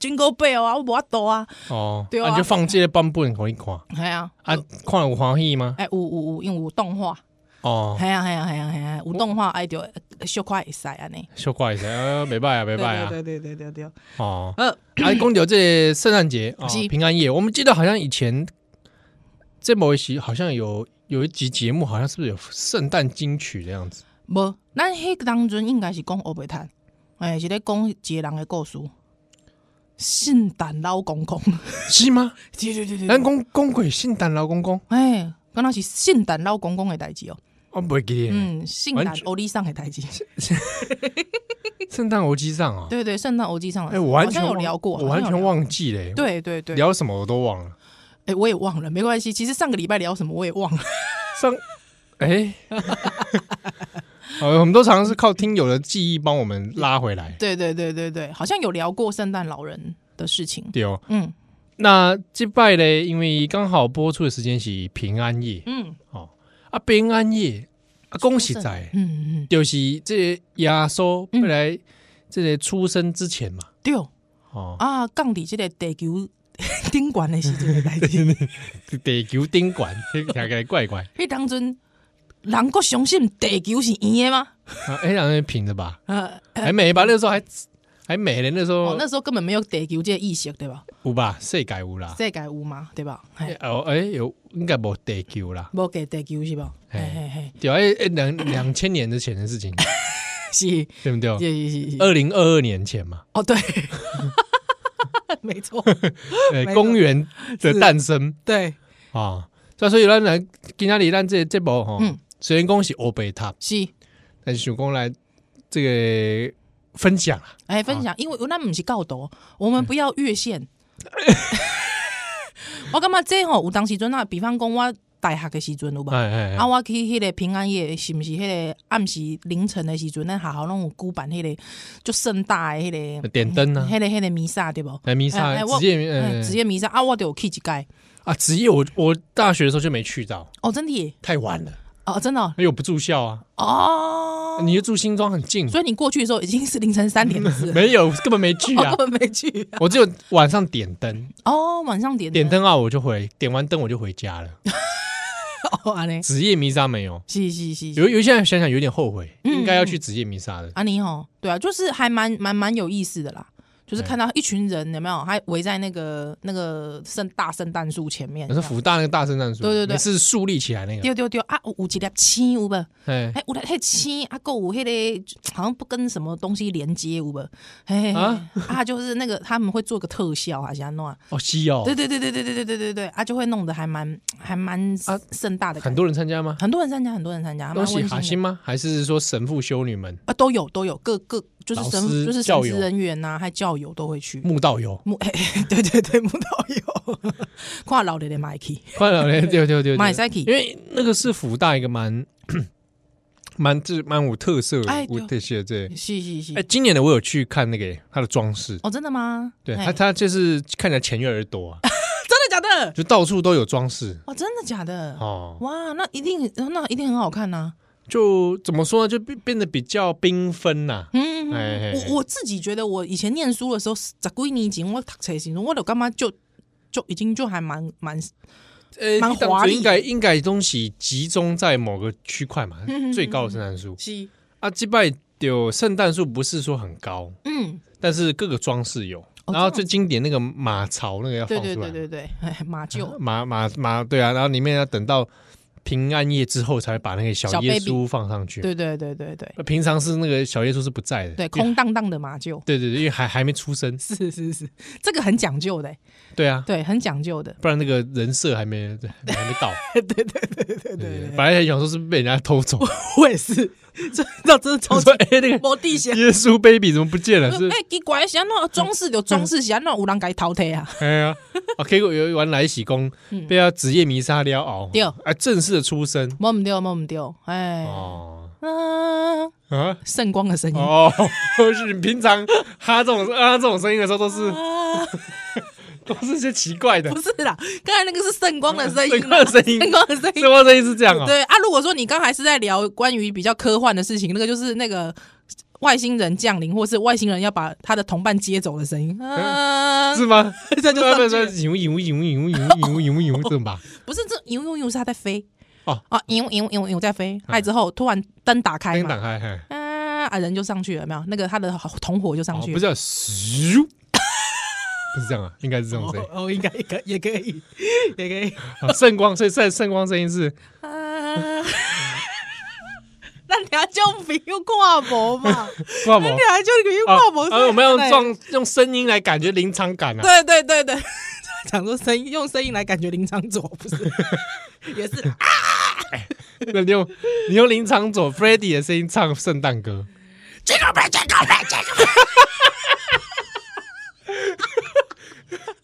C: Jingle Bell 啊，我无法度啊。
B: 哦，
C: 对啊
B: 啊你就放这些版本可以看
C: 系啊，
B: 啊，看了有欢喜吗？
C: 哎，有有有，因为有动画，
B: 哦，
C: 系啊系啊系啊系啊，有动画爱着小可会使安尼。
B: 小怪一下，呃，没拜啊，没
C: 对
B: 拜啊，
C: 对对对对对对。
B: 哦，
C: 呃，
B: 啊，公牛这圣诞节啊
C: 是，
B: 平安夜，我们记得好像以前在某一期好像有有一集节目，好像是不是有圣诞金曲的样子？
C: 无，咱迄当阵应该是讲乌白趁，哎，是咧讲一个人的故事。圣诞老公公，
B: 是吗？
C: 对对对对
B: 咱
C: 对，
B: 公公鬼圣诞老公公，
C: 哎，敢若是圣诞老公公的代志哦。
B: 我不记得，
C: 嗯，性感
B: 完全
C: 欧丽上的代际，
B: 圣诞耳机上啊，
C: 对对，圣诞欧记上的，
B: 哎，我完
C: 好
B: 全
C: 像有
B: 忘
C: 聊过，
B: 我完
C: 好像有
B: 全
C: 聊过，
B: 忘记了，
C: 对对对，
B: 聊什么我都忘了。
C: 哎，我也忘了，没关系，其实上个礼拜聊什么我也忘 了，
B: 上， 哎、呃，我们都常常是靠听友的记忆帮我们拉回来。
C: 对对对对对，好像有聊过圣诞老人的事情，
B: 对哦，
C: 嗯
B: 那这拜嘞，因为刚好播出的时间是平安夜
C: 嗯
B: 哦，啊，平安夜啊，恭喜在，
C: 嗯嗯，嗯
B: 就是这个耶稣本来这个出生之前嘛，
C: 对
B: 哦，
C: 啊，降底这个地球 顶管的时阵的代 际，
B: 地球顶 管，听起来怪怪，
C: 迄当阵人够相信地球是圆的吗？
B: 啊，哎，让人平着吧，
C: 呃，
B: 还没吧，那时候还还没呢，那时
C: 哦
B: 候，
C: 那时候根本没有地球这个意识，对吧？
B: 有吧，世界有啦，
C: 世界有嘛，对吧？嘿
B: 哦，哎，有应该无地球啦。
C: 无给地球是吧？嘿
B: 嘿
C: 嘿嘿，
B: 对啊，哎哎两两千年之前的事 情，
C: 是。
B: 对不对？
C: 是是是，
B: 二零二二年前嘛，
C: 哦对， 没错，
B: 呃
C: 没，错
B: 公元的诞生
C: 对，
B: 啊，所以所以咱来今天里咱这这部哈
C: 嗯，
B: 虽然讲是欧贝塔，
C: 是。
B: 但是想讲来这个分享啊，
C: 哎，分享，因为咱不是教导，我们不要越线。
B: 嗯
C: 我感觉这吼有当时阵啊，比方讲我大学的时阵有吧，
B: 哎哎
C: 啊，
B: 哎，
C: 我去迄个平安夜，是毋是迄个暗时凌晨的时阵，咱学校拢有举办迄个就盛大的迄个
B: 点灯啊，
C: 迄个迄个弥撒对不？
B: 来弥
C: 哎
B: 撒
C: 哎我
B: 职业
C: 哎
B: 呃
C: 职业弥撒啊，我就有去一届。
B: 啊职业，我我大学的时候就没去到，
C: 哦，真的耶，
B: 太晚了，
C: 哦，真的哦
B: 因为我不住校啊，
C: 哦，
B: 你就住新庄很近，
C: 所以你过去的时候已经是凌晨三点四了，
B: 没有根本没去啊
C: 我，根本没去。
B: 我只有晚上点灯，
C: 哦，晚上点
B: 点灯啊我就回，点完灯我就回家了。
C: 哦，安尼，
B: 职业弥撒没有，
C: 是是是，
B: 有有现在想想有点后悔，
C: 嗯
B: 应该要去职业弥撒的。
C: 安尼吼，对啊，就是还蛮蛮蛮有意思的啦。就是看到一群人有没有，还围在那个那个圣大圣诞树前面
B: 哦可，是福大那个大圣诞树，
C: 对对对
B: 每次树立起来那个，
C: 丢丢丢啊，有有一粒青有无？
B: 哎
C: 哎，有迄青啊，够有迄、个好像不跟什么东西连接有无？嘿嘿
B: 啊
C: 啊就是那个他们会做个特效还是安怎样？
B: 哦西哦
C: 对，对对对对对对对对对啊，就会弄得还蛮还蛮
B: 啊
C: 盛大的感
B: 很
C: 觉，
B: 多人参加吗？
C: 很多人参加，很多人参加，还
B: 都
C: 蛮
B: 喜
C: 温
B: 哈
C: 馨的
B: 心吗？还是说神父修女们、
C: 啊，都有都有各各就是
B: 老
C: 神
B: 师
C: 就是神
B: 教
C: 职
B: 友
C: 人员啊呐、还教友都会去。
B: 慕道友？
C: 木、 欸，对对对，木头友， 看老的的买去，
B: 快了，对对对对，
C: 买赛去
B: 因为那个是福大一个蛮 蛮就是蛮有特色的
C: 哎，
B: 我
C: 对
B: 这些对。
C: 是是是，
B: 哎，今年的我有去看那个他的装饰，
C: 哦，真的吗？
B: 对
C: 嘿
B: 他他就是看起来钱越来越多 啊，
C: 真的假的？
B: 就到处都有装饰
C: 哦，真的假的？
B: 哦。
C: 哇，那一定那一定很好看呐、
B: 就怎么说呢？就变变得比较缤纷呐。
C: 嗯，
B: 哎
C: 我我自己觉得，我以前念书的时候，十几年前我读册的时候，我就干嘛就就已经就还蛮蛮
B: 呃
C: 蛮
B: 你当
C: 华
B: 时
C: 丽
B: 应该应该东西集中在某个区块 嘛
C: 嗯嗯，
B: 最高的圣诞树
C: 是
B: 啊，这拜有圣诞树不是说很高，
C: 嗯，
B: 但是各个装饰有，
C: 哦
B: 然后
C: 这
B: 最经典那个马槽那个要放
C: 对
B: 出来啊
C: 对
B: 嘛，
C: 对对对，哎，马厩
B: 马马马对啊，然后里面要等到平安夜之后才把那个小
C: 小
B: 耶
C: baby
B: 稣放上去。
C: 对对对 对对
B: 那平常是那个小耶稣是不在的，
C: 对，
B: 因为
C: 空荡荡的马厩，
B: 对对对，因为还还没出生，
C: 是是是，这个很讲究的、欸
B: 对啊，
C: 对，很讲究的，
B: 不然那个人设还没还没到，
C: 对对对对对
B: 对对对
C: 对，
B: 本来还想说是不是被人家偷走，
C: 我也是，这那真的超
B: 我
C: 级
B: 说哎那个
C: 无底线。
B: 耶稣 baby 怎么不见了？是
C: 哎、奇怪，是安怎装饰就装饰，是安怎有人给淘汰啊？
B: 哎呀，啊，结果有一晚来喜功被他职业迷杀撩熬，
C: 对
B: 啊，正式的出生
C: 摸唔掉，摸唔掉，哎，
B: 哦
C: 啊，
B: 啊。
C: 圣光的声音，
B: 哦，是你平常哈这种啊这种声音的时候，都是
C: 啊，
B: 都是些奇怪的
C: 不，是啦，刚才那个是圣光的声音
B: 圣光
C: 啦，
B: 的声音
C: 圣光的声
B: 这
C: 音。
B: 波声音是这样啊、
C: 对啊，如果说你刚才是在聊关于比较科幻的事情，那个就是那个外星人降临，或是外星人要把他的同伴接走的声音啊，
B: 是吗？
C: 这就上去了
B: 说引引引引引引引这么吧？
C: 不是这游游游是他在飞
B: 哦嗯
C: 啊，游游游游在飞，嗨之后突然灯打开
B: 灯
C: 嘛
B: 打，开，嘿
C: 啊啊，人就上去了，有没有？那个他的同伙就上
B: 哦，
C: 去
B: 不是
C: 了。
B: 叫咻，不是这样啊，应该是这种声音
C: 哦，应该可也可以，也可以。
B: 啊。圣光，所以圣圣光声音是
C: 啊，那你还就不用挂膜嘛？
B: 挂
C: 那
B: 膜
C: 你还就不用
B: 啊
C: 挂膜？
B: 啊，我们要用状用声音来感觉临场感啊。
C: 对对对对，讲说声音用声音来感觉临场左不是？也是啊
B: 那你用你用临场左 Freddy 的声音唱圣诞歌，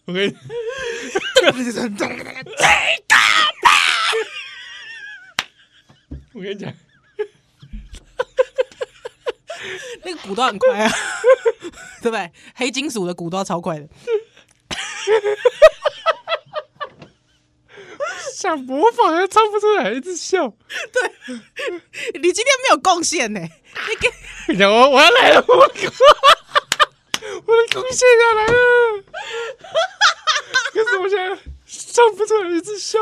B: 我跟你。我跟你讲，
C: 那个鼓都很快啊，对不对？黑金属的鼓都超快的。
B: 想模仿还唱不出来，一直笑。
C: 你今天没有贡献呢、
B: 你讲我我要来了，我我的贡献要来了，可是我现在唱不出来，一直笑。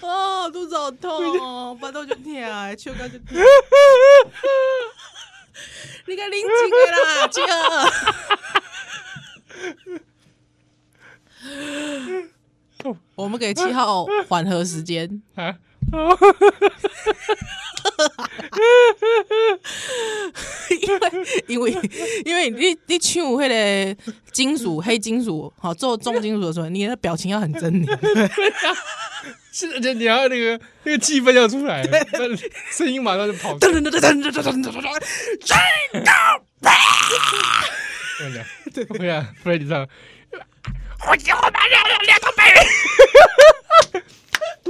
C: 哦，肚子好痛 哦，巴肚就疼，秋瓜就 疼。你个零几个啦，这个。我们给七号缓和时间，
B: 啊，
C: 因为因为你你唱那个金属黑金属，好做重金属的时候，你的表情要很狰狞，
B: 是而且你要那个那个气氛要出来，那声音马上就跑出
C: 噔
B: 来。
C: 噔噔噔噔噔噔噔噔，
B: 我跟你讲，我跟你讲，Freddy 唱，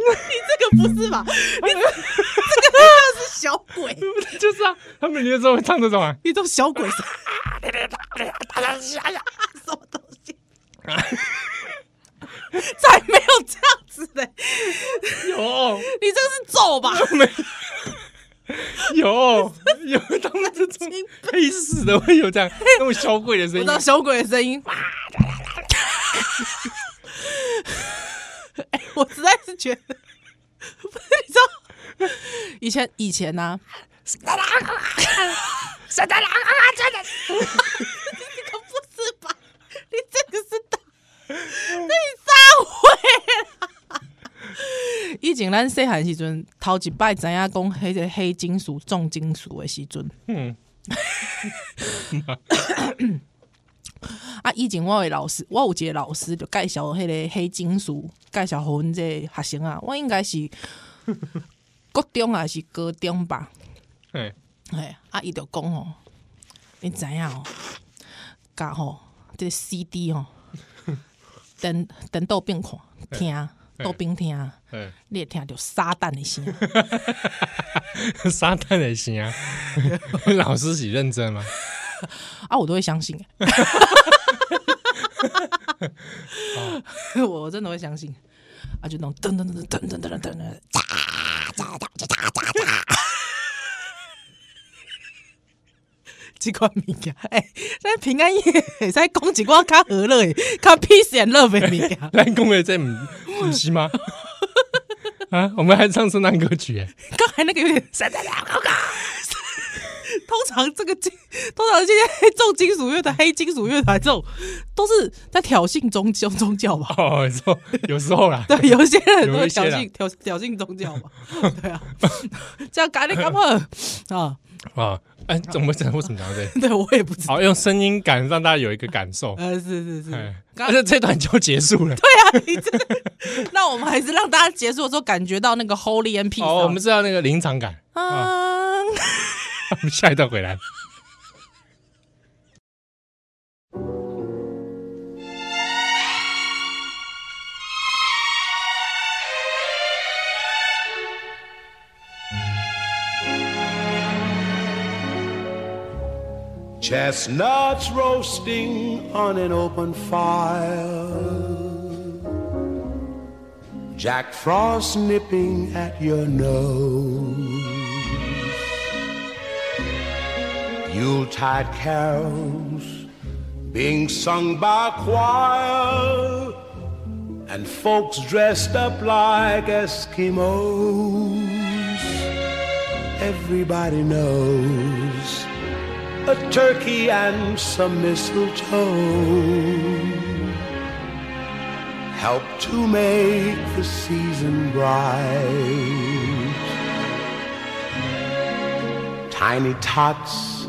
C: 你这个不是吧？你 这这个就是小鬼，
B: 就是啊，他们有时候会唱这种啊，
C: 你这种小鬼声，什么东 西？才没有这样子的，
B: 有
C: 你这个是咒 吧？
B: 有有，他们这种黑死的会有这样那种小鬼的声
C: 我
B: 音
C: 当，小鬼的声音，哎、我实在是觉得， 不是你知道，以前以前呢、啊，
E: 圣诞老公公真的
C: 这个不是吧？你这个是打，这是三回啦。以前咱细汉时阵，头一摆知影讲迄个黑金属、重金属的时阵，
B: 嗯，
C: 啊，以前我的老师，我有一个老师就介绍迄个黑金属，介绍互阮这个学生啊，我应该是高中还是高中吧？
B: 哎，
C: 哎，啊，伊就讲吼，你知影吼，甲吼，这个 CD 吼， 等等豆饼看听，豆饼听，
B: 哎，
C: 你会听着撒旦的声。
B: 撒旦的心啊！老师是认真吗？
C: 啊，我都会相信。 我真的会相信啊，就那种噔噔噔噔噔噔噔噔噔，哒哒哒哒哒哒哒，这款物件，哎，咱平安夜会使讲一寡较和乐的、较 peace and love 的物件，
B: 咱公会在唔不是吗？ 啊，我们还唱圣诞歌曲耶，
C: 刚才那个有点
E: 圣诞老公公，
C: 通常这个金，通常这些重金属乐团、黑金属乐团这种，都是在挑衅宗教宗教吧？
B: 哦，有时候有时候啦，
C: 对， 有一些人
B: 有
C: 都会
B: 一些
C: 挑
B: 啦
C: 衅挑挑衅宗教嘛， 对啊，这样咖喱干 嘛啊？
B: 啊，哎，怎么讲？为什么讲到这里？
C: 对我也不知道，
B: 好，用声音感让大家有一个感受。
C: 呃，是是是，
B: 哎，
C: 刚
B: 而且这段就结束了。
C: 对啊，你真的，那我们还是让大家结束的时候感觉到那个 holy and peace
B: 哦，
C: 啊。
B: 我们知道那个临场感。
C: 啊，
B: 我们下一段回来。
A: Chestnuts roasting on an open fire. Jack Frost nipping at your nose. Yuletide carols being sung by a choir. And folks dressed up like Eskimos. Everybody knows a turkey and some mistletoe help to make the season bright. Tiny tots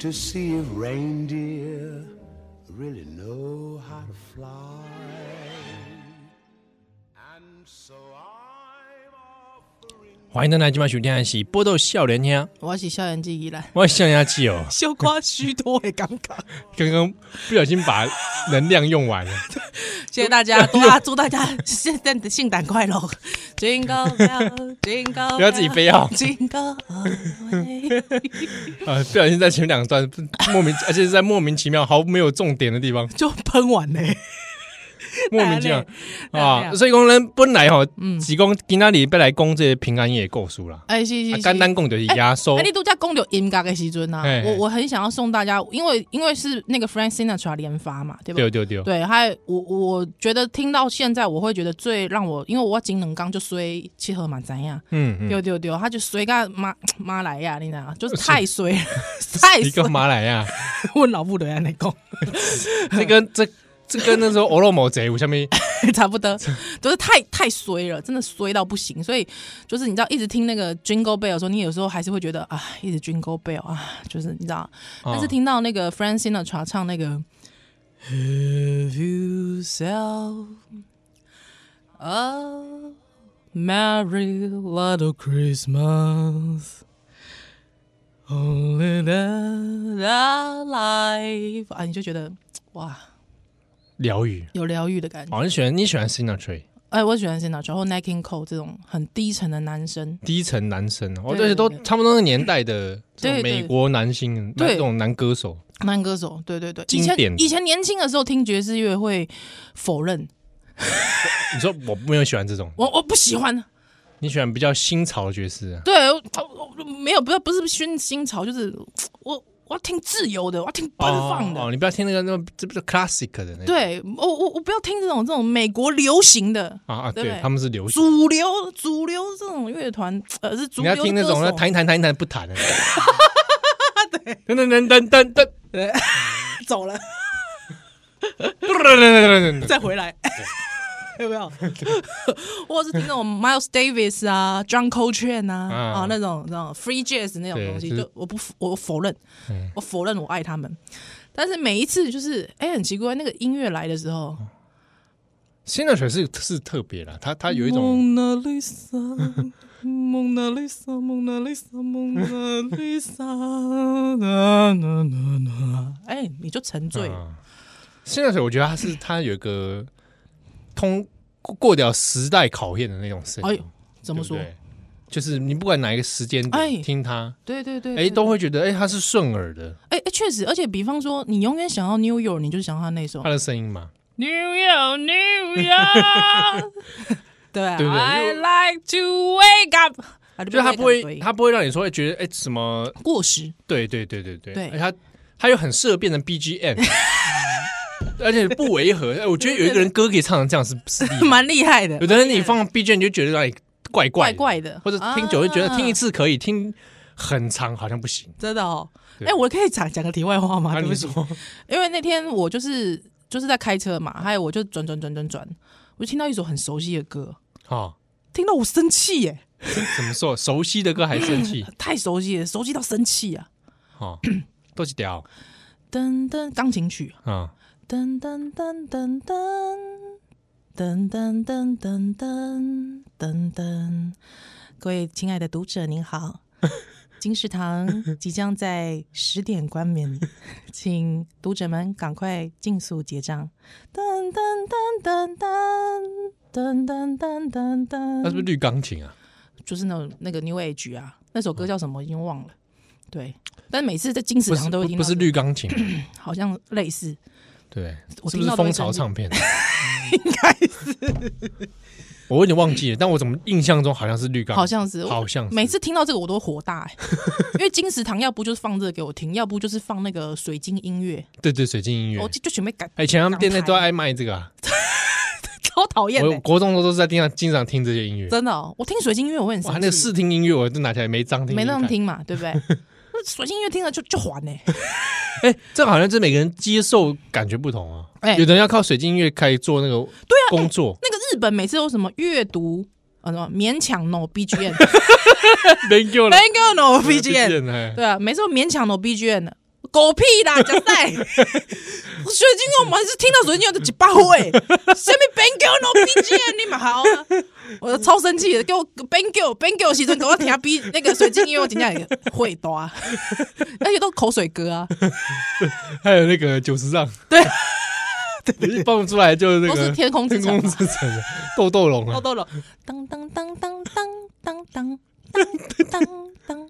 A: to see if reindeer really know how to fly. And so I'm offering.
B: 欢迎登来今晚收听的是《波豆笑莲听》，
C: 我是校园记忆啦，
B: 我是向下气哦，
C: 羞 夸虚脱的尴尬。
B: 刚刚不小心把能量用完了。
C: 谢谢大家，祝大祝大家圣诞的圣诞 快乐！Jingle bell, jingle bell，
B: 不要自己啊非
C: 哦
B: 要
C: ，Jingle away
B: 呃，不小心在前面两段不莫名，而且是在莫名其妙、毫没有重点的地方，
C: 就喷完欸嘞、
B: 莫名其妙
C: 哪样哪
B: 啊！
C: 样
B: 所以讲，咱本来吼，
C: 嗯
B: 只讲今仔日要来讲这个平安夜的故事啦，
C: 哎，是
B: 啊
C: 是，是
B: 简单讲哎就是压缩
C: 哎，，你度假公有音乐的时阵啊
B: 嘿，嘿
C: 我我很想要送大家，因为因为是那个 Frank Sinatra 连发嘛，对吧？
B: 对对对，
C: 对，还有我我觉得听到现在，我会觉得最让我，因为我金能刚就衰契合嘛，怎样？
B: 嗯嗯，
C: 对对对，他就衰个马马来亚，你知道吗？就是太 衰了，太
B: 一
C: 衰
B: 个。马来 亚，
C: 我老不得安尼讲，
B: 这跟这这跟那时候欧罗某贼有下面，
C: 差不多，就是太太衰了，真的衰到不行。所以就是你知道，一直听那个 Jingle Bell 的时候，你有时候还是会觉得啊，一直 Jingle Bell 啊，就是你知道，但是听到那个 f r a n c i n a t r a 唱那个 Have yourself a merry little Christmas. Only that I live 啊，你就觉得哇，
B: 疗愈。
C: 有疗愈的感觉。
B: 哦，你喜欢你喜欢 Signature，
C: 哎，我喜欢 Sinatra 或 Nat King Cole 这种很低沉的男生，
B: 低沉男生，哦，而
C: 对
B: 且都
C: 对对
B: 差不多那个年代的这种
C: 对对
B: 美国男星，
C: 对
B: 那种男歌手，
C: 男歌手，对对对，以
B: 经
C: 前
B: 典
C: 以前年轻的时候听爵士乐会否认，
B: 你说我没有喜欢这种，
C: 我我不喜欢，啊
B: 你喜欢比较新潮的爵士啊？
C: 对，我我我没有不是不是新新潮，就是我我要听自由的，我要听奔放的，
B: 哦，哦你不要听那个那个这不是 classic 的那个
C: 对我我我不要听这种这种美国流行的
B: 啊啊，
C: 对不
B: 对
C: 对，
B: 他们是流行，
C: 主流主流这种乐团，呃是主
B: 你
C: 流
B: 要
C: 的
B: 听那
C: 歌
B: 种
C: 手
B: 那弹一弹弹一弹不 弹的，对，噔噔噔噔噔
C: 走了
B: 噔，
C: 再回来，有没有？或者是听那 种 Miles Davis 啊、John Coltrane 啊
B: 啊
C: 啊那种那种 free jazz 那种
B: 对
C: 东西，
B: 就是嗯
C: 就我不我否认，我否认我爱他们，但是每一次就是哎、很奇怪，那个音乐来的时候，
B: 嗯新的曲是是特别啦，它它有一种
C: 蒙娜丽莎， 蒙娜丽莎，蒙娜丽莎，蒙娜丽莎， 啦啦啦啦！哎，你就沉醉了。
B: 啊新的曲，我觉得它是它有一个通过掉时代考验的那种声
C: 哎
B: 音
C: 呦，，怎么说
B: 对？不对就是你不管哪一个时间
C: 哎
B: 点听它，
C: 对对对，
B: 哎，都会觉得哎它是顺耳的，
C: 哎哎，确实，而且比方说，你永远想要 New York，你就想到他那首
B: 它的声音嘛，
C: New York，New York，对
B: 对不对
C: i like to wake up，啊
B: 就是它不会，
C: 它
B: 它不会让你说哎觉得哎什么
C: 过时，
B: 对对对对对，
C: 对
B: 而且它它又很适合变成 BGM，而且不违和。哎，我觉得有一个人歌可以唱成这 样是是厉害
C: 蛮厉害的
B: 有。的人你放 BGM 你就觉得哎怪怪
C: 怪怪的
B: 或者听久了就觉得
C: 啊
B: 听一次可以，听很长好像不行。
C: 真的哦，
B: 对
C: 哎，我可以讲讲个题外话吗？
B: 啊，
C: 对不
B: 你
C: 起。
B: 说
C: 因为那天我就是就是在开车嘛，还有我就转转转转转，我就听到一首很熟悉的歌，
B: 啊，
C: 听到我生气耶，
B: 怎么说？熟悉的歌还生 气
C: 太熟悉了，熟悉到生气啊！
B: 啊，都是屌
C: 噔噔，钢琴曲，
B: 啊，
C: 噔噔噔噔噔。噔噔噔噔噔噔噔，各位亲爱的读者您 好，金石堂即将在十点关 门，请读者们赶快尽速结账。噔噔噔噔噔噔噔噔
B: 那是不是
C: 噔，
B: 绿钢琴啊？
C: 就是那种那个 New Age 啊，那首歌叫什么我已经忘了。对，但每次在金石
B: 不是
C: 堂都会
B: 不
C: 听
B: 不
C: 到
B: 是
C: 这个，
B: 绿钢琴，啊
C: 好像类似，
B: 对，
C: 我
B: 是不
C: 听
B: 是
C: 到都会
B: 蜂巢
C: 生气
B: 唱片？啊
C: 应该
B: 我有点忘记了，但我怎么印象中好像是绿钢琴，
C: 好像是，
B: 好像是
C: 每次听到这个我都火 大、欸，因为金石堂要不就是放这个给我听，要不就是放那个水晶音乐，
B: 对对，水晶音乐
C: 我。就就准备改，
B: 哎，以前他们店内都爱卖这个啊，
C: 超讨厌的、
B: 我国中的时候都是在地上经常听这些音乐，
C: 真的哦、我听水晶音乐我会很
B: 哇，
C: 生
B: 那
C: 气，
B: 个试听音乐我就拿起来没张听，
C: 没那么。听嘛，对不对？那水晶音乐听了就就还呢、欸
B: 哎，这好像是每个人接受感觉不同啊。
C: 哎
B: 有的人要靠水晶音乐开始做那个对啊工作，
C: 那个日本每次有什么阅读，呃，什么勉强 no BGM，
B: 没有了
C: 没有 no
B: 没有
C: BGM，
B: 哎
C: 对啊，每次都勉强 no BGM 的。狗屁啦！ 讲在水晶音乐，我们是听到水晶音乐就一百回，什么 b a n g o no B G M 你嘛好啊！我超生气的，给我 b a n g o b a n g o 时阵给我听 B 那个水晶音乐，我真正也会多，而且都口水歌啊，
B: 还有那个九十让，
C: 对，
B: 一蹦出来就是那
C: 都
B: 个
C: 是天空之
B: 天
C: 城
B: 空
C: 嘛，
B: 之城啊的豆豆龙
C: 我
B: 啊，
C: 都了，当当当当当当当当当当，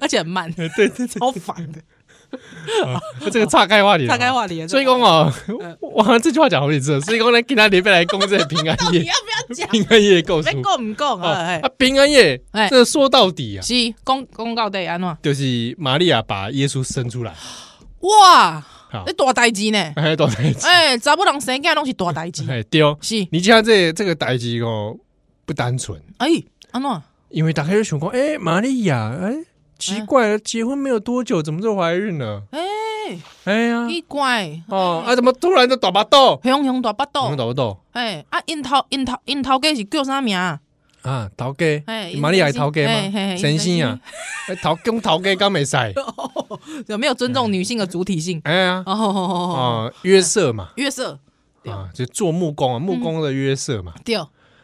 C: 而且很慢，
B: 对对对，
C: 超烦的。
B: 这个岔开话题了啊，
C: 岔开话题了
B: 所以公哦，哇，这句话讲好几次了，所以公来给他连背来攻这 个平安
C: 你
B: 夜
C: 要，不要 讲？
B: 平安夜的构
C: 别
B: 图。
C: 讲唔讲
B: 哦
C: 啊？嘿
B: 啊，平安夜，
C: 哎
B: 这说到底啊，
C: 是公公告得安怎？
B: 就是玛利亚把耶稣生出来，
C: 啊哇
B: 好，
C: 这大代志呢？
B: 还懂在一起，
C: 哎，查某人生囝拢是大代志，
B: 哎丢，
C: 是
B: 你家这这个代志哦不单纯，
C: 哎，安怎？
B: 因为打开就想讲，哎，玛利亚，哎，奇怪了，结婚没有多久，怎么就怀孕了？
C: 哎，
B: 哎呀，
C: 奇怪，
B: 哦，啊，怎么突然就打巴豆？
C: 雄雄大巴
B: 我们
C: 肚，
B: 打巴豆
C: 哎，啊，因头因头因头家是叫啥名？
B: 啊，头家
C: 哎，
B: 玛利亚的头家
C: 嘿嘿
B: 吗？
C: 嘿
B: 神仙啊，哎头公头家刚 没晒，
C: 哦有没有尊重女性的主体性？
B: 哎呀，
C: 哦，
B: 啊，约瑟嘛，
C: 约瑟
B: 啊，就做木工啊，木工
C: 嗯
B: 的约瑟嘛。
C: 对，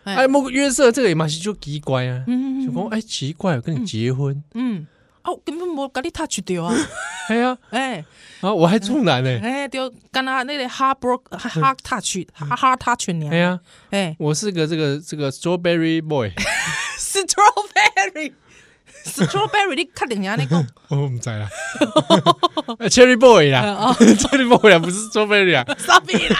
B: 哎，
C: 哎，
B: 莫约瑟这个也嘛是就奇怪啊，
C: 嗯嗯嗯
B: 想讲哎奇怪，我跟你结婚，
C: 嗯，啊，我根本无甲你 touch 到啊，
B: 哎呀，
C: 哎
B: 啊，我还处男呢，
C: 哎，就跟他那个 hard broke hard touch hard touch 你
B: 哎，呀，
C: 哎
B: 我是个这个这个 strawberry boy，
C: ，strawberry strawberry，你确定人家你讲，
B: 哦我唔知 啦哎，cherry boy
C: 嗯
B: 啦，cherry boy 啦，不是 strawberry 啊
C: 傻逼啦，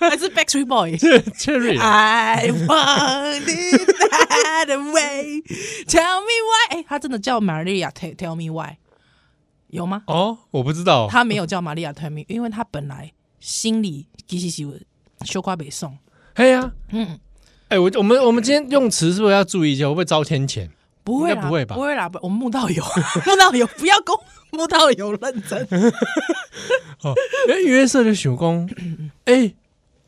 C: 还是 Backstreet Boy？
B: ，cherry 啊
C: I want it that way. Tell me why？哎、他真的叫 Maria Te- Tell Me Why？有吗？
B: 哦，我不知道，
C: 他没有叫 Maria Tell Me，因为他本来心里其实是羞瓜北宋，
B: 哎呀，嗯，哎，我我们我们今天用词是不是要注意一下，会不会遭天谴？
C: 不会
B: 应
C: 啦，
B: 该不会吧
C: 不会啦，不我们木道友，啊 木道友不要跟我 木道友认真。
B: 哦，哎，约瑟就想 讲，哎，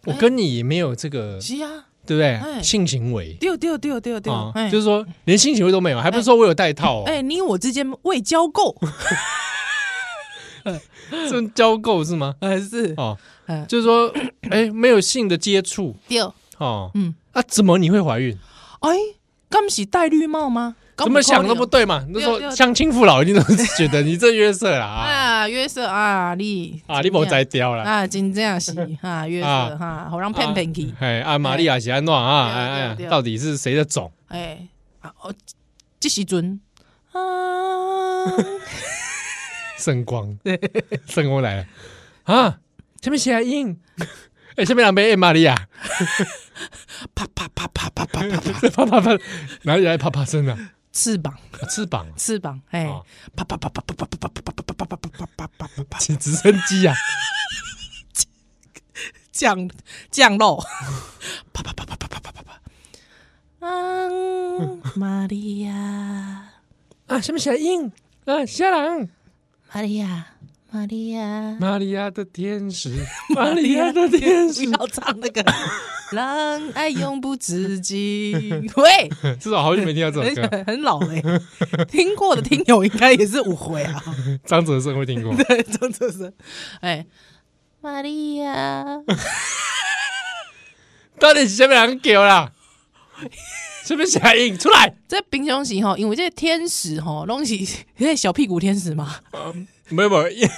B: 我跟你也没有这个，
C: 是啊，
B: 对不对？
C: 哎
B: 性行为
C: 对对对对对，
B: 啊，
C: 哎、
B: 就是说连性行为都没有，还不是说我有戴套哦，
C: 哎、你我之间未交 够，
B: 这交够是吗？
C: 还是
B: 哦
C: 嗯，
B: 就是说，哎，没有性的接触
C: 对，
B: 哦，
C: 嗯，
B: 啊，怎么你会怀孕？
C: 哎，刚是戴绿帽吗？
B: 怎么想都不
C: 对。
B: 对嘛。那时
C: 对
B: 候
C: 对
B: 乡亲父老一定都是觉得你这约瑟啦 啊，
C: 啊，约瑟啊，你
B: 啊，你无摘掉啦，
C: 啊，真正是 啊，约瑟哈，好让骗骗去，
B: 哎，啊，玛利亚喜安诺啊，
C: 对
B: 哎哎
C: 对
B: 哎，
C: 对
B: 到底是谁的种？
C: 哎，啊哦，这时阵啊，
B: 圣光， 圣光来了啊！前面写印， 哎，下面两杯哎玛利亚，
C: 啪啪啪啪啪啪啪啪，
B: 这 啪啪啪，哪里来啪啪声啊？
C: 翅膀
B: 啊翅膀 啊，
C: 翅膀，哎
B: 哦，
C: 啪啪啪啪啪啪啪啪啪啪啪啪啪啪啪啪啪啪，
B: 直直升机啊，
C: 降降 落，啪啪啪啪啪啪啪啪啪，啊，玛利亚，
B: 啊，下面写印啊，下郎，
C: 玛利亚，玛利亚。
B: 玛利亚的天使， 玛利亚的天使，
C: 不要唱那个让爱永不止 境。喂，
B: 至少好久没听到这首歌，
C: 很很老嘞、听过的听友应该也是五回啊。
B: 张哲生会听 过。
C: 对，张哲生，哎，玛利亚，
B: 到底是什么人叫 啦？什么声音出来？
C: 这平常时吼，因为这天使吼，拢是 那小屁股天使 嘛，
B: 没有没有， 因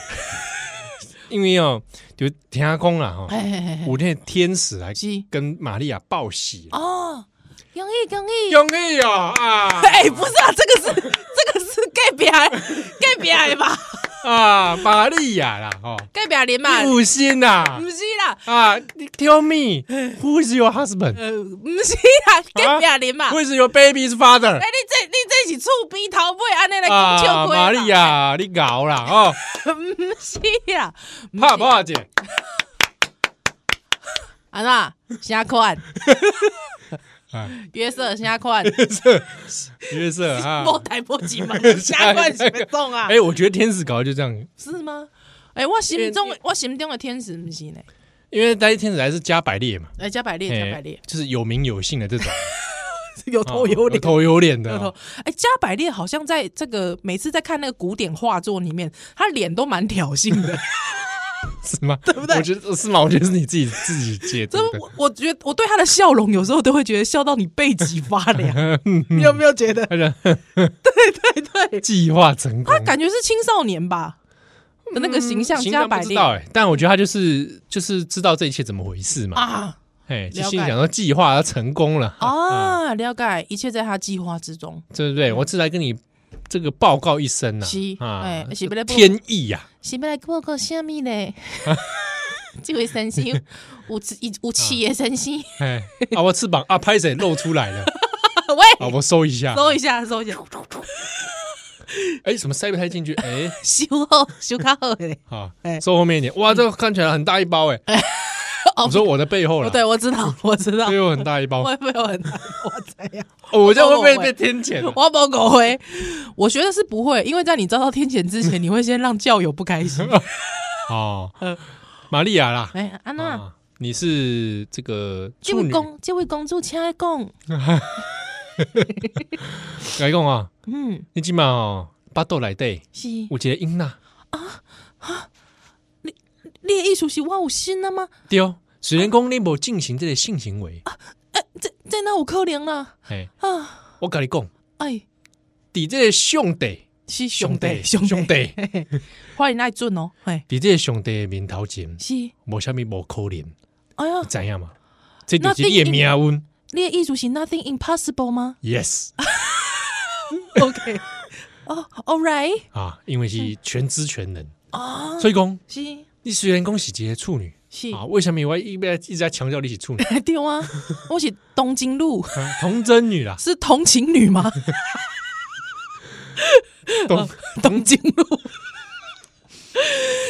B: 因为哦，就天空啦哈，
C: 哎哎哎，
B: 五天的天使来
C: 是
B: 跟玛利亚报喜了，
C: 哦，恭喜恭喜。
B: 容易哦 啊
C: 哎、不是啊，这个是这个是 gay 别 gay 别吧
B: 啊，玛利亚啦哦，
C: ，gay 别连嘛，
B: 五星呐
C: 不是啦，
B: 啊你，Tell me who is your husband？
C: 呃，不是
B: 啊
C: 啦，gay 别连 嘛，
B: Who is your baby's father？
C: 哎、你这你这是厝边头尾安尼来讲
B: 啊，
C: 笑亏
B: 玛利亚，你搞啦哦，
C: 不是啊，
B: 怕不怕姐？
C: 安娜 啥款？
B: 啊
C: 约瑟啥款？
B: 约瑟啊，
C: 无台波 及嘛？啥款是不懂啊？
B: 哎，我觉得天使搞的就这样，
C: 是吗？哎、我心中我心中的天使不是呢？
B: 因为呆天使还是加百列嘛。
C: 哎，加百列，
B: 哎
C: 加百列，
B: 就是有名有姓的这种，
C: 有头有
B: 有
C: 脸。
B: 头有脸的
C: 有头
B: 哦。
C: 哎，加百列好像在这个每次在看那个古典画作里面，他脸都蛮挑衅 的。
B: 是吗？对不对？我觉得是吗？我觉得是你自己自己解读
C: 真
B: 的
C: 的，。我我觉得我对他的笑容有时候都会觉得笑到你背脊发 凉。你有没有觉得？
B: 他的
C: 对 对，
B: 计划成功
C: 他，感觉是青少年吧的那个形象
B: 行
C: 加
B: 他
C: 百
B: 不知
C: 列
B: 道哎，但我觉得他就是就是知道这一切怎么回事嘛。
C: 啊
B: 哎，就
C: 了
B: 心里
C: 解
B: 想说计划要成功了，嗯
C: 啊，了解，一切在他计划之中。
B: 对不对？我只来跟你这个报告一声呐
C: 嗯是，
B: 啊
C: 哎，是不是
B: 天意呀，
C: 是要来跟我讲什么嘞？这位先生有一有气的先生，
B: 哎， 啊，我翅膀啊，拍谁露出 来了，啊，
C: 喂，
B: 我收一下，
C: 收一下，收一下，
B: 哎，什么塞不太进去，哎，
C: 修好，修卡好嘞。
B: 好
C: 哎，
B: 收后面一点，哇，这个看起来很大一包哎，
C: 哦
B: 我说我的背后了，
C: 对，我知道，我知道
B: 所以，我很大一包。
C: 会不会很难？我怎样？
B: 哦我这样会不会
C: 我
B: 被天谴啊？
C: 我不狗灰，我觉得是不会，因为在你遭到天谴之前，你会先让教友不开 心。
B: 哦，玛利亚啦，
C: 嗯哎，安娜，
B: 啊，你是这个
C: 这
B: 处
C: 位
B: 女，
C: 公，这位公主，请来讲，
B: 来讲啊，
C: 嗯，
B: 你今晚哦，巴豆来对，
C: 是，
B: 有一个英娜
C: 你的意思是我有心了吗？
B: 对哦，虽然讲你无进行这个性行为，
C: 哎、这这哪有可能啦？
B: 哎，
C: 啊，
B: 我跟你讲，
C: 哎，
B: 你这个兄弟
C: 是兄弟
B: 兄弟
C: 兄
B: 弟，
C: 嘿嘿嘿欢迎爱准哦，嘿，
B: 伫这个上帝的面头前，
C: 是，
B: 无啥物无可能，
C: 哎呀，
B: 知影嘛？这就是你的命运。
C: 你的意思是 nothing impossible 吗
B: Yes，
C: ？OK，哦，All right，
B: 啊，因为是全知全能，
C: 啊，
B: 所以讲
C: 是
B: 你虽然讲是一个处女
C: 是，
B: 啊，为什么我一边一直在强调你是处女？
C: 对啊，我是东京路，
B: 啊童真女啦，
C: 是同情女吗？
B: 懂
C: 东京路。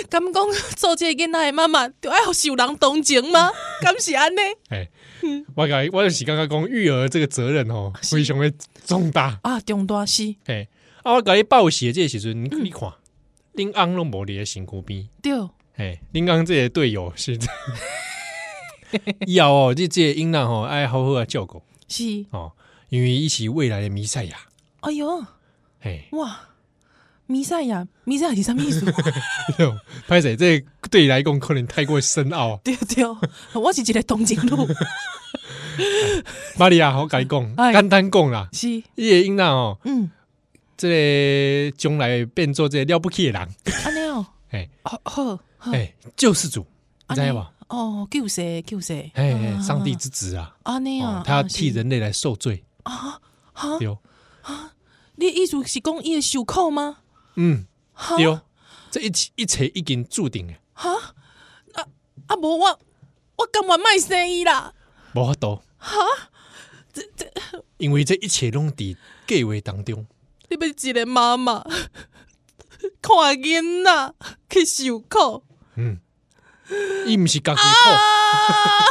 C: 敢讲做这个囡仔的妈妈，就爱受人同情吗？敢是安尼
B: 哎，我讲我就是刚刚讲育儿这个责任哦，非常的重大。
C: 啊？中大是
B: 哎，啊，我甲你报喜的这个时阵，你你看，恁翁拢无伫咧身躯边，
C: 对，
B: 哎，恁翁这个队友是，要哦，这这个囡仔吼爱好好啊照顾
C: 是。
B: 哦，因为伊是未来的弥赛亚，
C: 哎哟，
B: 哎，
C: 哇！弥赛亚，弥赛亚是啥意思？
B: 拍谁？这个对你来讲可能太过深奥啊。
C: 对对，我是一个东京路，
B: 玛利亚，我甲你讲，
C: 哎
B: 简单讲啦，
C: 是
B: 伊个囡仔哦，
C: 嗯，
B: 这个将来会变做这个了不起的人，
C: 安尼哦，
B: 哎
C: 好好，好
B: 哎，救世主，你
C: 安
B: 知
C: 尼
B: 道吧？
C: 哦，救谁救谁？
B: 哎
C: 啊
B: 哎，上帝之子啊，
C: 安尼
B: 哦
C: 啊，
B: 他要
C: 啊
B: 替，
C: 是
B: 人类来受罪啊，丢，
C: 你的意思是讲伊的受苦吗？
B: 嗯，
C: 哈
B: 丢，这一切一切已经注定了，
C: 啊，无我我甘愿卖生伊啦，
B: 无法度哈，这这，因为这一切拢伫计划当中，
C: 你要一个妈妈看囡仔去受苦
B: 嗯，伊毋是家己的
C: 啊，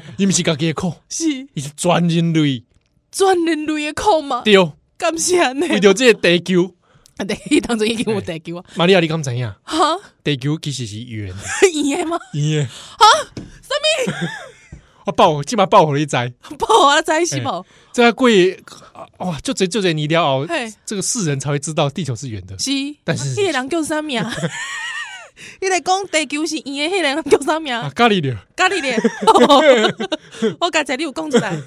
B: 苦，伊毋是家己的苦，
C: 是
B: 伊是全人类，
C: 全人类的苦嘛？
B: 丢，
C: 感谢安尼，
B: 为着这个地球，
C: 啊对，伊当初已经有地球啊，
B: 玛利亚，你敢知影？
C: 哈，
B: 地球其实是圆的，
C: 伊的吗？
B: 圆啊，什么？ 我爆，即码爆互你知。
C: 无啊，知是无？
B: 这要过啊哇，就这就这你了哦
C: 嘿，
B: 这个世人才会知道地球是圆的。
C: 是，
B: 但是
C: 啊迄个人叫啥名？你来讲地球是圆的，迄个人叫啥名？
B: 啊，咖喱了
C: 咖喱咧，哦我刚才你有讲出来，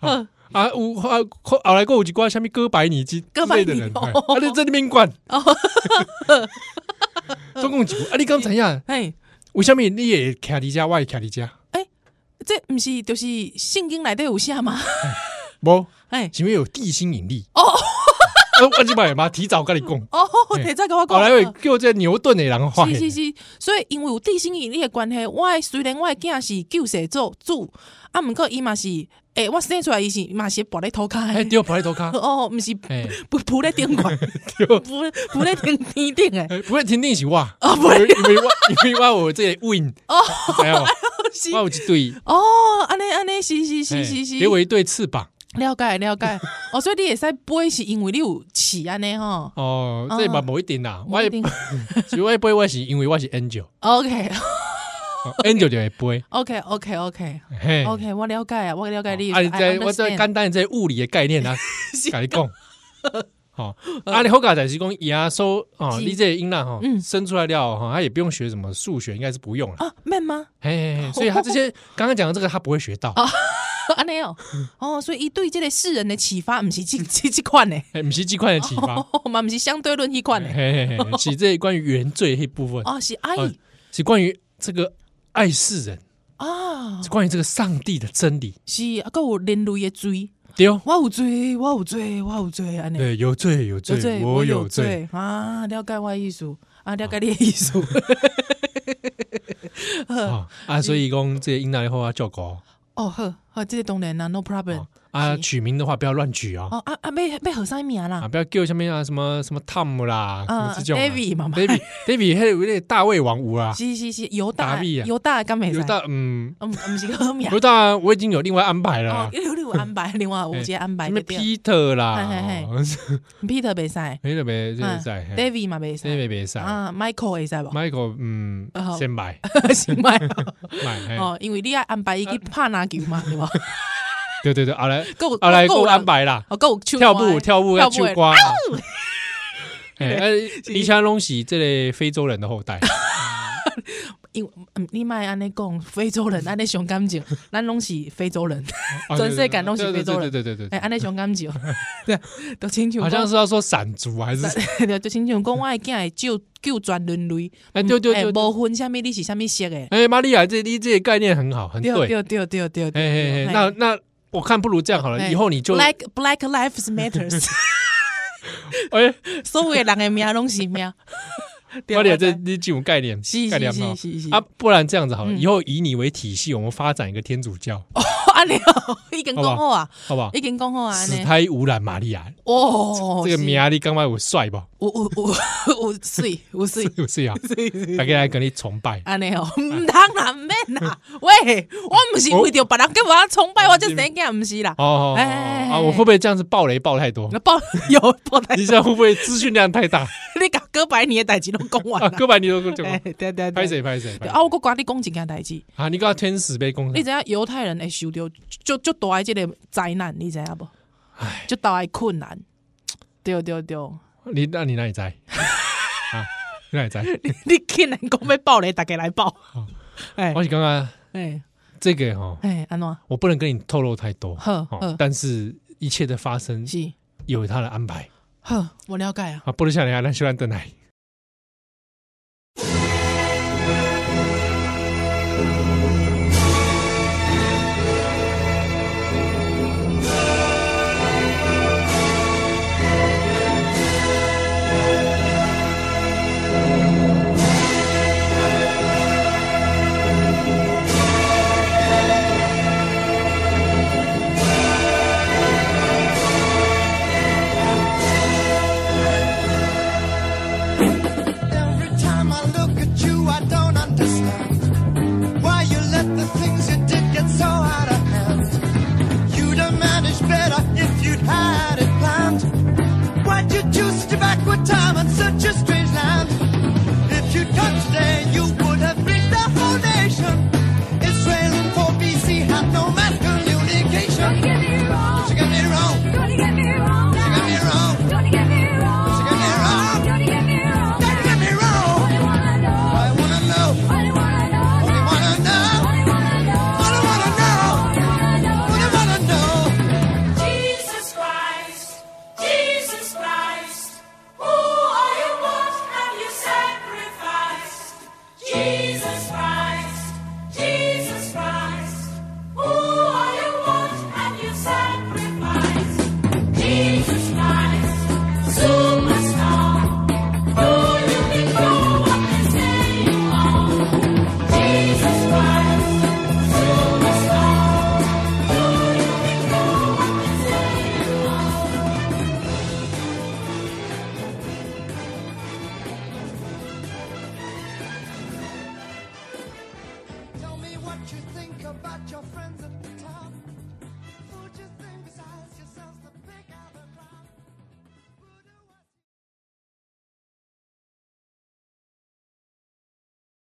C: 嗯，
B: 啊，有啊，后后来过有一挂下面哥白尼之
C: 哥
B: 之
C: 白
B: 类
C: 尼
B: 的人，哎
C: 哦
B: 啊，你在那边管。 总共有几句啊？你刚怎样？
C: 嘿，
B: 为什么你也卡迪家，我也卡迪家？
C: 这毋是就是圣经内底有写吗？
B: 无，
C: 哎，
B: 前面有地心引力哦。 啊我即摆嘛提早跟你讲，
C: 哦，
B: 嘿
C: 提早甲我
B: 后
C: 讲
B: 来
C: 了，
B: 会叫这牛顿的人画的。
C: 是是是，所以因为有地心引力的关系，我的虽然我的囝是救世主主，啊，毋过伊嘛是，诶，我生出来伊是嘛是跋咧
B: 哎，
C: 涂骹的，
B: 丢跑来头卡，
C: 哦，毋是
B: 哎，
C: 不不咧顶管，
B: 丢。
C: 不不咧顶天顶 诶，
B: 哎不会停定是哇，
C: 哦不会
B: 因为因为我因为我有这个 win
C: 哦，
B: 知道吗
C: 是
B: 我有一对哎
C: 哦，安尼安尼，是是是是是，
B: 给我一对翅膀
C: 了解了解。 哦，所以你会使飞是因为你有饲安尼吼。
B: 哦，
C: 哦
B: 这嘛无一定啦，我
C: 不一
B: 也
C: 定
B: 所以我也不我是因为我是 angel，angel
C: OK
B: 就会飞
C: OK OK OK
B: 嘿
C: OK，我了解啊，我了解你。
B: 啊，你
C: I
B: 在我在
C: understand
B: 简单的这物理的概念啊，跟你讲。好，啊，你好个就是讲耶稣哦，
C: 是
B: 你这个音啦哈，
C: 嗯
B: 生出来了哦哈，他也不用学什么数学，应该是不用了。
C: 啊，慢吗？
B: 嘿嘿嘿，所以他这些刚刚讲的这个他不会学到，
C: 安尼 哦，哦，所以伊对这个世人的启发，毋是这 这这款的，
B: 哎，不是这款的启发，
C: 哦，嘛毋是相对论迄款的。
B: 嘿嘿嘿，是这关于原罪那部分，
C: 哦，是阿
B: 哦
C: 姨
B: 是关于这个爱世人，
C: 啊，
B: 是关于这个上帝的真理。
C: 是啊，还有人类的罪，
B: 丢，
C: 我有罪，我有罪，我有罪，安尼。
B: 对，有罪有
C: 有
B: 罪，我有罪。哦
C: 啊！了解我的意思啊，了解你的意思。
B: 啊啊，所以讲这英男以后要叫狗
C: 哦好，好，这个当然啦，no problem。
B: 啊，取名的话不要乱取哦
C: 哦，啊啊，要要何啥名
B: 啊，
C: 啦？
B: 不要叫下面啊什么什么 Tom 啦，什么
C: 啊
B: 这种啊
C: ，David 嘛嘛
B: David David 还有那个大胃王五啦，
C: 是是是，犹
B: 达
C: 大
B: 米啊
C: 犹大敢袂
B: 有
C: 使？
B: 大嗯，
C: 嗯，毋是个好名
B: 有。大我已经有另外安排了
C: 哦
B: 啦，，
C: 你有你有 安排，另外有一个安排
B: 什么
C: 就对
B: Peter
C: 嘿嘿
B: 啦，
C: Peter 袂使
B: 没了没现在
C: 嗯，David 嘛袂
B: 这
C: 使
B: 边别上
C: 啊，Michael 会使无？
B: ，Michael 嗯
C: 哦
B: 先 买
C: 是 麦哦
B: 买嘿
C: 哦，因为你爱安排伊去拍篮球 嘛，对无？
B: 对对对，阿来
C: 够
B: 阿来
C: 够
B: 够
C: 人
B: 安排啦，
C: 哦，够有手
B: 跳
C: 歌
B: 舞
C: 的
B: 跳舞要
C: 跳
B: 秋
C: 的
B: 瓜。哎，啊李强龙是这类非洲人的后代，
C: 因为嗯你莫安尼讲，非洲人安尼伤感情，咱拢是非洲 人，
B: 啊
C: 全
B: 对
C: 世界拢是
B: 对
C: 非洲人
B: 对对对对对
C: 哎，安尼伤 感情，对，就亲像
B: 好像
C: 讲
B: 是要说闪族还是
C: 对，就亲像讲我的囝会救救全人类，
B: 哎对对
C: 哎
B: 对对
C: 无分啥物你是啥物色的，
B: 哎玛利亚这你这个概念很好，很
C: 对
B: 对，
C: 对对
B: 哎
C: 对对
B: 哎
C: 对，
B: 哎，那那我看不如这样好了，
C: 哎
B: 以后你就
C: Black Black Lives Matters，
B: 哎
C: 所有的人的命拢是命，对
B: 玛利亚这
C: 我知
B: 你这种概念
C: 是是
B: 概念
C: 是
B: 好
C: 是是
B: 啊，不然这样子好了，以后以你为体系，我们发展一个天主教，
C: 啊，你哦已经讲好啊，
B: 好不好？
C: 已经讲好啊，
B: 死
C: 呢，
B: 胎污染玛利亚，
C: 哦，
B: 这个
C: 是
B: 名你刚才我帅不？
C: 有有有有水有水，
B: 有是 啊，大家来跟你崇拜。
C: 安尼哦，毋通啦，毋免啦，喂，我毋是为着别人跟我崇拜，我这生囝毋是啦，
B: 哦哦哦
C: 哎哎哎
B: 啊！我会不会这样子暴雷暴太 多？
C: 那报有报台，
B: 你这样会不会资讯量太大
C: 你甲哥白尼的代志拢讲完
B: 啊？
C: 啦，
B: 哥白尼都讲
C: 哎，对对对，
B: 拍谁拍谁拍
C: 啊，我搁甲你讲一件代志，
B: 啊！你刚天使被攻
C: 你知影犹太人会受着足足大诶即个灾难，你知影无？足大诶困难，对对对，
B: 你那你哪里在 啊？你哪里在？
C: 你竟然讲要报咧，大家来报，哎
B: 我是刚刚
C: 哎
B: 这个哈，
C: 哎，安怎？
B: 我不能跟你透露太多，
C: 呵
B: 哦
C: 呵
B: 但是一切的发生
C: 是，
B: 有他的安排
C: 呵，我了解啊，
B: 啊。波多夏尼亚让修兰邓来，
F: Every time I look at you, I don't understand why you let the things you did get so out of hand. You'd have managed better if you'd had it planned. Why'd you choose to backward time in such a strange land? If you'd come today, you would have reached the whole nation. Israel and 4 BC had no mass communication.
D: Don't you get me wrong.
F: She got me wrong.
D: Don't you get me wrong.
F: She got me wrong.
D: Don't you get me wrong.
F: She got me wrong.
D: Don't you get me
F: Don't you get
D: wrong.
F: me
D: All
F: wrong.
D: I wanna know.
F: I wanna know.
D: All I wanna know.
F: Only wanna know.
D: All I wanna know.
F: All I wanna know.
D: All I wanna know.
F: What I wanna know.
E: Jesus Christ, Jesus Christ, who are you? What have you sacrificed? Jesus Christ, Jesus Christ, who are you? What have you sacrificed? Jesus Christ, superstar, who you become what they say you are. Jesus Christ, superstar.
F: Tell me what you think about your friend.